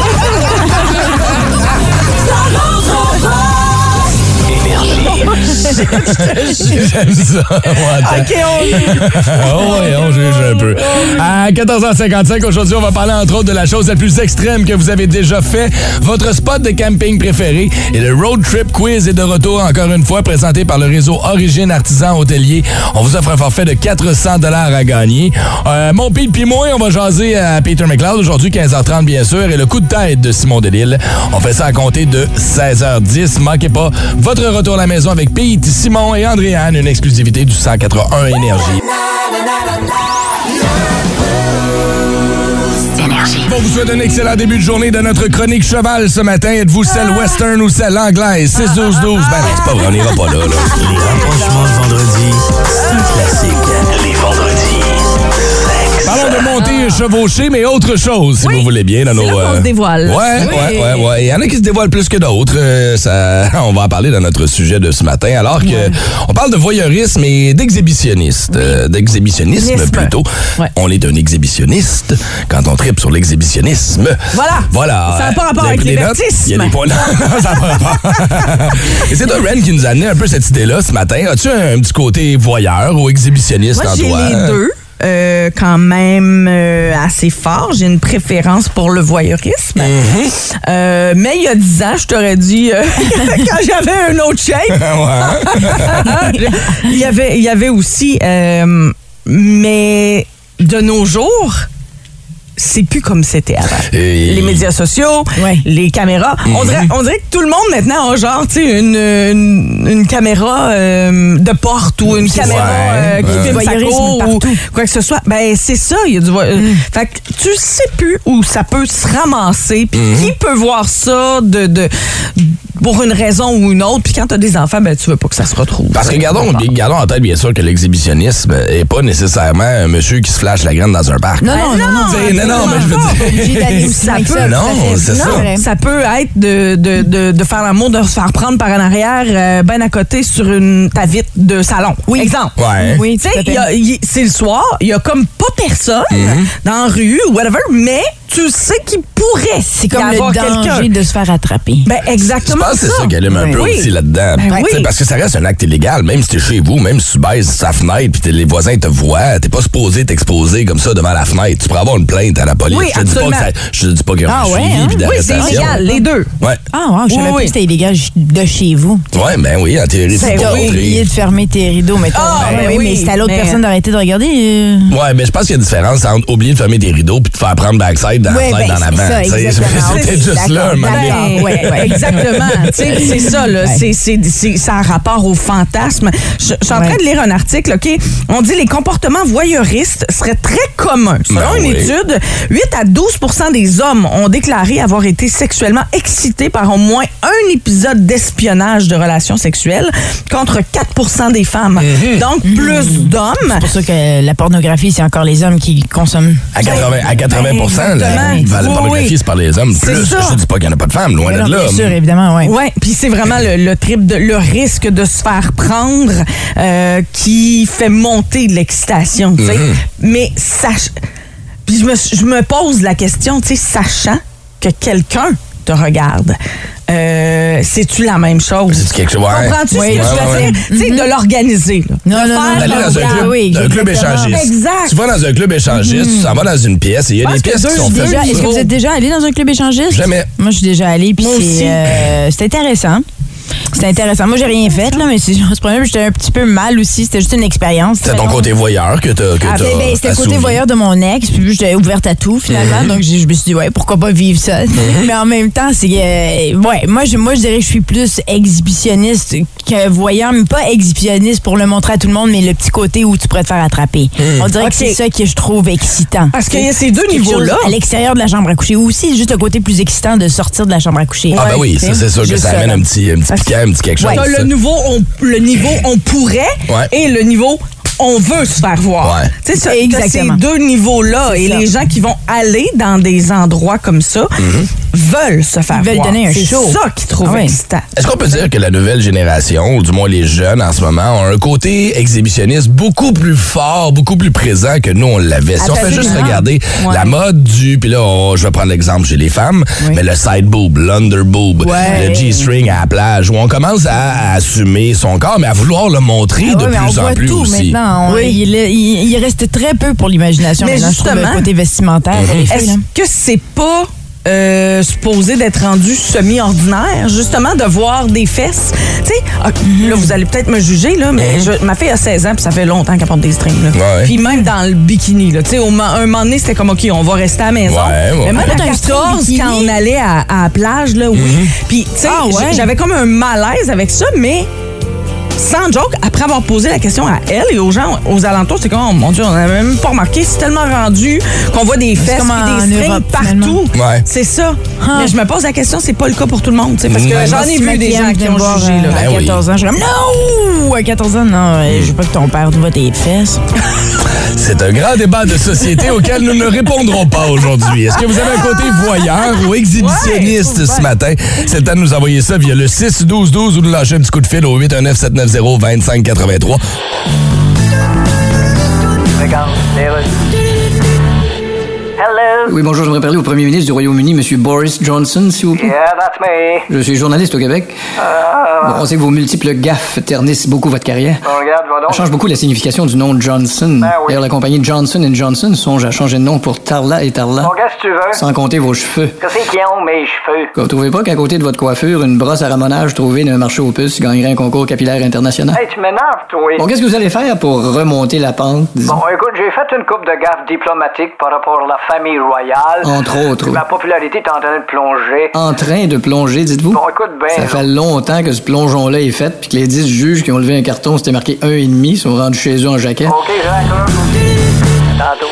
[SPEAKER 1] J'aime ça.
[SPEAKER 2] Ok, on-
[SPEAKER 1] oh, oui, on juge un peu. À 14h55, aujourd'hui, on va parler entre autres de la chose la plus extrême que vous avez déjà fait, votre spot de camping préféré. Et le Road Trip Quiz est de retour encore une fois, présenté par le réseau Origine Artisan Hôtelier. On vous offre un forfait de 400 à gagner. Euh, mon pile puis moi, on va jaser à Peter McLeod aujourd'hui, 15h30 bien sûr, et le coup de tête de Simon Delille. On fait ça à compter de 16h10. Manquez pas votre retour à la maison avec Pete, Simon et Andréane, une exclusivité du 181 Énergie. Bon, vous souhaite un excellent début de journée de notre chronique cheval ce matin. Êtes-vous celle western ou celle anglaise? 6 12 12 Ben, c'est pas vrai, on ira pas là. là.
[SPEAKER 4] Les rapprochements de vendredi, c'est un classique. Les vendredis, sexe.
[SPEAKER 1] Parlons de monter chevaucher, mais autre chose, si vous voulez bien, dans nos.
[SPEAKER 13] qu'on
[SPEAKER 1] euh,
[SPEAKER 13] se dévoile.
[SPEAKER 1] Ouais,
[SPEAKER 13] Oui.
[SPEAKER 1] ouais, ouais, ouais. Il y en a qui se dévoilent plus que d'autres. Euh, ça, [laughs] on va en parler dans notre sujet de ce matin. Alors que on parle de voyeurisme et d'exhibitionniste, euh, d'exhibitionnisme
[SPEAKER 13] Nisme.
[SPEAKER 1] plutôt. On est un exhibitionniste quand on tripe sur l'exhibitionnisme.
[SPEAKER 13] Voilà.
[SPEAKER 1] Voilà.
[SPEAKER 13] Ça n'a pas
[SPEAKER 1] Vous
[SPEAKER 13] rapport
[SPEAKER 1] avez
[SPEAKER 13] avec
[SPEAKER 1] pris des notes?
[SPEAKER 13] l'érotisme.
[SPEAKER 1] Il y a des
[SPEAKER 2] [laughs]
[SPEAKER 1] points. Non, ça n'a pas rapport. Et c'est toi, Ren, qui nous a amené un peu cette idée-là ce matin. As-tu un petit côté voyeur ou exhibitionniste
[SPEAKER 2] Moi,
[SPEAKER 1] en
[SPEAKER 2] j'ai
[SPEAKER 1] toi?
[SPEAKER 2] les
[SPEAKER 1] [laughs]
[SPEAKER 2] deux. euh, quand même euh, assez fort. J'ai une préférence pour le voyeurisme. Euh, mais il y a 10 ans, je t'aurais dit, euh, [laughs] quand j'avais un autre shape, hein. il, y avait, il y avait aussi, euh, mais de nos jours, c'est plus comme c'était avant. [laughs] Les médias sociaux, les caméras.
[SPEAKER 13] Mhm.
[SPEAKER 2] on, dirait, on dirait que tout le monde maintenant a genre tu sais, une, une, une caméra euh, de porte ou une
[SPEAKER 13] C'est
[SPEAKER 2] caméra
[SPEAKER 13] ça.
[SPEAKER 2] euh, qui
[SPEAKER 13] Ouais.
[SPEAKER 2] filme sa
[SPEAKER 13] Voyeurisme
[SPEAKER 2] cour ou
[SPEAKER 13] partout.
[SPEAKER 2] quoi que ce soit. Ben c'est ça, il y a du voy- euh, Fait que tu sais plus où ça peut se ramasser. Puis qui peut voir ça de, de pour une raison ou une autre. Puis quand t'as des enfants, ben tu veux pas que ça se retrouve. Ben
[SPEAKER 1] Parce que gardons, gardons en tête, bien sûr, que l'exhibitionnisme est pas nécessairement un monsieur qui se flash la graine dans un parc.
[SPEAKER 2] Non, non, Ben non, non.
[SPEAKER 1] T'sais, non, non, mais je veux
[SPEAKER 2] pas
[SPEAKER 1] dire-
[SPEAKER 2] obligé
[SPEAKER 1] [laughs]
[SPEAKER 2] d'aller aussi
[SPEAKER 1] Ça
[SPEAKER 2] loin que
[SPEAKER 1] peut-
[SPEAKER 2] ça,
[SPEAKER 1] non,
[SPEAKER 2] tout à fait.
[SPEAKER 1] c'est
[SPEAKER 2] Non,
[SPEAKER 1] ça.
[SPEAKER 2] Ça peut être de, de, de, de faire l'amour, de se faire prendre par en arrière, euh, ben à côté sur une ta vitre de salon. Oui. Exemple.
[SPEAKER 13] Ouais. Oui,
[SPEAKER 2] Tu sais,
[SPEAKER 13] tout à fait.
[SPEAKER 2] il y a- il- c'est le soir, il y a comme pas personne dans la rue ou whatever, mais tu sais qu'il pourrait
[SPEAKER 13] C'est comme
[SPEAKER 2] y avoir
[SPEAKER 13] le danger
[SPEAKER 2] quelqu'un.
[SPEAKER 13] de se faire attraper.
[SPEAKER 2] Ben
[SPEAKER 1] Je
[SPEAKER 2] exactement.
[SPEAKER 1] pense que c'est ça qu'elle aime un peu
[SPEAKER 2] Oui.
[SPEAKER 1] aussi là-dedans.
[SPEAKER 2] Ben oui.
[SPEAKER 1] T'sais, Parce que ça reste un acte illégal, même si t'es chez vous, même si tu baises sa fenêtre puis t'es- les voisins te voient, t'es pas supposé t'exposer comme ça devant la fenêtre. Tu pourrais avoir une plainte à la police.
[SPEAKER 2] Oui,
[SPEAKER 1] je, te dis pas
[SPEAKER 2] absolument.
[SPEAKER 1] que ça- je te dis pas qu'il y aura
[SPEAKER 13] Ah
[SPEAKER 1] un
[SPEAKER 13] ouais,
[SPEAKER 1] suivi
[SPEAKER 13] hein?
[SPEAKER 1] puis
[SPEAKER 13] Oui, c'est
[SPEAKER 1] d'arrestation.
[SPEAKER 13] illégal, les
[SPEAKER 2] deux.
[SPEAKER 1] Ouais.
[SPEAKER 13] Ah, wow, je savais
[SPEAKER 1] Oui,
[SPEAKER 13] pas
[SPEAKER 1] oui.
[SPEAKER 13] que c'était illégal ch- de chez vous.
[SPEAKER 1] Ouais, ben oui, en
[SPEAKER 13] Si
[SPEAKER 1] théorie, c'est
[SPEAKER 13] t'as oublié de fermer tes rideaux, mais t'as-
[SPEAKER 2] Ah,
[SPEAKER 13] Eh ben
[SPEAKER 2] ben
[SPEAKER 13] oui,
[SPEAKER 2] oui,
[SPEAKER 13] mais c'est à l'autre
[SPEAKER 2] mais-
[SPEAKER 13] personne d'arrêter de regarder. euh,
[SPEAKER 1] Ouais, mais je pense qu'il y a une différence entre oublier de fermer tes rideaux puis de faire prendre backside dans
[SPEAKER 13] Ouais,
[SPEAKER 1] la fenêtre
[SPEAKER 13] ben,
[SPEAKER 1] dans
[SPEAKER 13] c'est
[SPEAKER 1] l'avant.
[SPEAKER 13] ça,
[SPEAKER 1] tu sais.
[SPEAKER 13] exactement.
[SPEAKER 1] [laughs] C'était
[SPEAKER 13] Oui,
[SPEAKER 1] juste là,
[SPEAKER 13] d'accord,
[SPEAKER 1] un moment donné.
[SPEAKER 13] d'accord, ouais,
[SPEAKER 3] [laughs]
[SPEAKER 13] ouais.
[SPEAKER 2] Ben,
[SPEAKER 1] [laughs]
[SPEAKER 2] Exactement. Tu sais, c'est ça, là.
[SPEAKER 13] Ouais.
[SPEAKER 2] C'est- c'est- c'est- ça a rapport au fantasme. Je, je suis en train de lire un article, OK? On dit les comportements voyeuristes seraient très communs. Selon
[SPEAKER 13] Ben
[SPEAKER 2] une
[SPEAKER 13] oui.
[SPEAKER 2] étude, 8 à 12 des hommes ont déclaré avoir été sexuellement excités par au moins un épisode d'espionnage de relations sexuelles contre 4 des femmes.
[SPEAKER 1] Mm-hmm.
[SPEAKER 2] Donc, plus d'hommes. C'est
[SPEAKER 13] pour ça que la pornographie, c'est encore les hommes qui consomment.
[SPEAKER 1] À 80, à 80 la,
[SPEAKER 13] Ben, Exactement.
[SPEAKER 1] la
[SPEAKER 13] Oui,
[SPEAKER 1] pornographie,
[SPEAKER 13] oui.
[SPEAKER 1] c'est par les hommes.
[SPEAKER 13] C'est
[SPEAKER 1] Plus,
[SPEAKER 13] ça.
[SPEAKER 1] je dis pas qu'il n'y en a pas de femmes, loin
[SPEAKER 13] Mais non,
[SPEAKER 1] de là.
[SPEAKER 13] bien sûr,
[SPEAKER 1] mais-
[SPEAKER 13] évidemment, ouais.
[SPEAKER 2] Ouais, puis c'est vraiment le, le trip de le risque de se faire prendre euh, qui fait monter de l'excitation, tu sais.
[SPEAKER 1] Mm-hmm.
[SPEAKER 13] Mhm.
[SPEAKER 2] Mais sach puis je me, je me pose la question, tu sais, sachant que quelqu'un te regarde. euh, c'est-tu la même chose?
[SPEAKER 1] C'est quelque chose. ouais.
[SPEAKER 2] Comprends-tu ce que
[SPEAKER 1] Ouais,
[SPEAKER 2] je veux
[SPEAKER 1] ouais, Mm-hmm.
[SPEAKER 2] dire?
[SPEAKER 1] ouais.
[SPEAKER 2] Tu sais, de l'organiser. Non,
[SPEAKER 1] D'aller
[SPEAKER 3] Ah,
[SPEAKER 1] dans un club, un club échangiste.
[SPEAKER 2] Exact.
[SPEAKER 1] Tu vas dans un club échangiste, tu t'en vas dans une pièce et il y a des pièces qui sont faites.
[SPEAKER 3] déjà,
[SPEAKER 1] pour
[SPEAKER 3] Est-ce Mm-hmm. que
[SPEAKER 1] ça.
[SPEAKER 3] vous êtes déjà allé dans un club échangiste?
[SPEAKER 1] Jamais.
[SPEAKER 3] Moi, je suis déjà allée, puis c'est euh, c'est intéressant. C'est intéressant. Moi, j'ai rien fait, là, mais c'est [laughs] ce problème, j'étais un petit peu mal aussi. C'était juste une expérience.
[SPEAKER 1] C'est ton côté voyeur que t'as. que
[SPEAKER 3] Ah, ben,
[SPEAKER 1] t'as
[SPEAKER 3] ben, c'était le côté
[SPEAKER 1] assouvi.
[SPEAKER 3] voyeur de mon ex, puis j'étais ouverte à tout finalement,
[SPEAKER 1] Mhm.
[SPEAKER 3] donc j'ai- je me suis dit, ouais, pourquoi pas vivre ça?
[SPEAKER 1] Mm-hmm.
[SPEAKER 3] [laughs] Mais en même temps, c'est. euh, ouais, moi je, moi, je dirais que je suis plus exhibitionniste que voyeur, mais pas exhibitionniste pour le montrer à tout le monde, mais le petit côté où tu pourrais te faire attraper.
[SPEAKER 1] Mm.
[SPEAKER 3] On dirait que
[SPEAKER 2] Ok.
[SPEAKER 3] c'est ça que je trouve excitant.
[SPEAKER 2] Parce qu'il y a ces deux
[SPEAKER 3] Quelque
[SPEAKER 2] niveaux-là.
[SPEAKER 3] chose À l'extérieur de la chambre à coucher, ou aussi juste le côté plus excitant de sortir de la chambre à coucher.
[SPEAKER 1] Ah, ben oui,
[SPEAKER 3] Tu sais,
[SPEAKER 1] ça, c'est sûr que
[SPEAKER 3] juste
[SPEAKER 1] ça amène un petit, un petit piquant, un petit quelque chose.
[SPEAKER 2] T'as
[SPEAKER 1] ça.
[SPEAKER 2] le nouveau on, le niveau on pourrait
[SPEAKER 1] Ouais.
[SPEAKER 2] et le niveau on veut se faire voir. Tu sais, ça- t'as ces
[SPEAKER 3] Exactement.
[SPEAKER 2] deux niveaux-là.
[SPEAKER 3] C'est
[SPEAKER 2] Et
[SPEAKER 3] ça.
[SPEAKER 2] les gens qui vont aller dans des endroits comme ça veulent se faire
[SPEAKER 3] Ils veulent
[SPEAKER 2] voir.
[SPEAKER 3] donner un show.
[SPEAKER 2] C'est ça qu'ils trouvent
[SPEAKER 3] Ah ouais.
[SPEAKER 2] excitant.
[SPEAKER 1] Est-ce qu'on peut dire que la nouvelle génération, ou du moins les jeunes en ce moment, ont un côté exhibitionniste beaucoup plus fort, beaucoup plus présent que nous on l'avait? Si on fait
[SPEAKER 14] Absolument.
[SPEAKER 1] juste regarder
[SPEAKER 14] Ouais.
[SPEAKER 1] la mode du, puis là, on- je vais prendre l'exemple chez les femmes, mais le side boob, l'under boob,
[SPEAKER 14] Ouais.
[SPEAKER 1] le G-string à la plage, où on commence à, à assumer son corps, mais à vouloir le montrer
[SPEAKER 3] Ah
[SPEAKER 1] de
[SPEAKER 3] ouais, mais
[SPEAKER 1] plus
[SPEAKER 3] on
[SPEAKER 1] en
[SPEAKER 3] voit
[SPEAKER 1] plus
[SPEAKER 3] tout
[SPEAKER 1] aussi.
[SPEAKER 3] maintenant. On- il, il- il reste très peu pour l'imagination.
[SPEAKER 2] Mais
[SPEAKER 3] maintenant, je trouve,
[SPEAKER 2] justement,
[SPEAKER 3] le côté vestimentaire.
[SPEAKER 1] Mmh.
[SPEAKER 3] pour les filles, là.
[SPEAKER 2] Est-ce que c'est pas euh, supposé d'être rendu semi-ordinaire, justement, de voir des fesses? Tu sais, ah, là, vous allez peut-être me juger, là, mais je- ma fille a 16 ans, puis ça fait longtemps qu'elle porte des strings. Là.
[SPEAKER 1] Mhm. Ouais.
[SPEAKER 2] Puis même dans le bikini, là, tu sais, au mo- un moment donné, c'était comme, OK, on va rester à la maison.
[SPEAKER 1] Ouais, ouais.
[SPEAKER 2] Mais même
[SPEAKER 1] Ah,
[SPEAKER 2] à
[SPEAKER 1] t'as un
[SPEAKER 2] 14, quand on allait à, à la plage, là, oui.
[SPEAKER 1] Mhm.
[SPEAKER 2] Puis, tu sais, j'- j'avais comme un malaise avec ça, mais sans joke, après avoir posé la question à elle et aux gens aux alentours, c'est comme, oh mon Dieu, on n'avait même pas remarqué. C'est tellement rendu qu'on voit des
[SPEAKER 3] C'est
[SPEAKER 2] fesses
[SPEAKER 3] comme
[SPEAKER 2] puis
[SPEAKER 3] en
[SPEAKER 2] des strings
[SPEAKER 3] Europe,
[SPEAKER 2] partout.
[SPEAKER 3] finalement. Hein. Ouais.
[SPEAKER 2] C'est ça. Mais je me pose la question, c'est pas le cas pour tout le monde, tu sais, parce que
[SPEAKER 3] Ouais.
[SPEAKER 2] j'en ai vu des gens qui ont jugé. là.
[SPEAKER 1] Ah
[SPEAKER 3] À 14 ans, je suis comme, non! À 14 ans, non, euh, je veux pas que ton père te voit tes fesses.
[SPEAKER 1] C'est un grand débat de société auquel nous ne répondrons pas aujourd'hui. Est-ce que vous avez un côté voyeur ou exhibitionniste ce matin? C'est le temps de nous envoyer ça via le 6-12-12 ou de lâcher un petit coup de fil au 819-790-2583.
[SPEAKER 6] Oui, bonjour, j'aimerais parler au premier ministre du Royaume-Uni, M. Boris Johnson, s'il vous plaît. Je suis journaliste au Québec. Bon, on sait que vos multiples gaffes ternissent beaucoup votre carrière. Ça change beaucoup la signification du nom Johnson.
[SPEAKER 7] Ben
[SPEAKER 6] D'ailleurs, la compagnie Johnson Johnson songe à changer de nom pour Tarla et Tarla. Sans compter vos cheveux.
[SPEAKER 7] Qu'est-ce qu'ils ont, mes cheveux?
[SPEAKER 6] Vous trouvez pas qu'à côté de votre coiffure, une brosse à ramonage trouvée d'un marché aux puces gagnerait un concours capillaire international?
[SPEAKER 7] Hey, tu m'énerves, toi.
[SPEAKER 6] Hein? Bon, qu'est-ce que vous allez faire pour remonter la pente, disons?
[SPEAKER 7] Bon, écoute, j'ai fait une coupe de gaffes diplomatiques par rapport à la famille royale.
[SPEAKER 6] Entre autres,
[SPEAKER 7] Puis
[SPEAKER 6] oui. Ah,
[SPEAKER 7] Ma popularité est en train de plonger.
[SPEAKER 6] En train de plonger, dites-vous?
[SPEAKER 7] Bon, écoute, ben.
[SPEAKER 6] Ça fait longtemps que ce plongeon-là est fait, puis que les 10 juges qui ont levé un carton, c'était marqué 1,5, sont rendus chez eux en jaquette.
[SPEAKER 7] OK, je raccroche. Tantôt.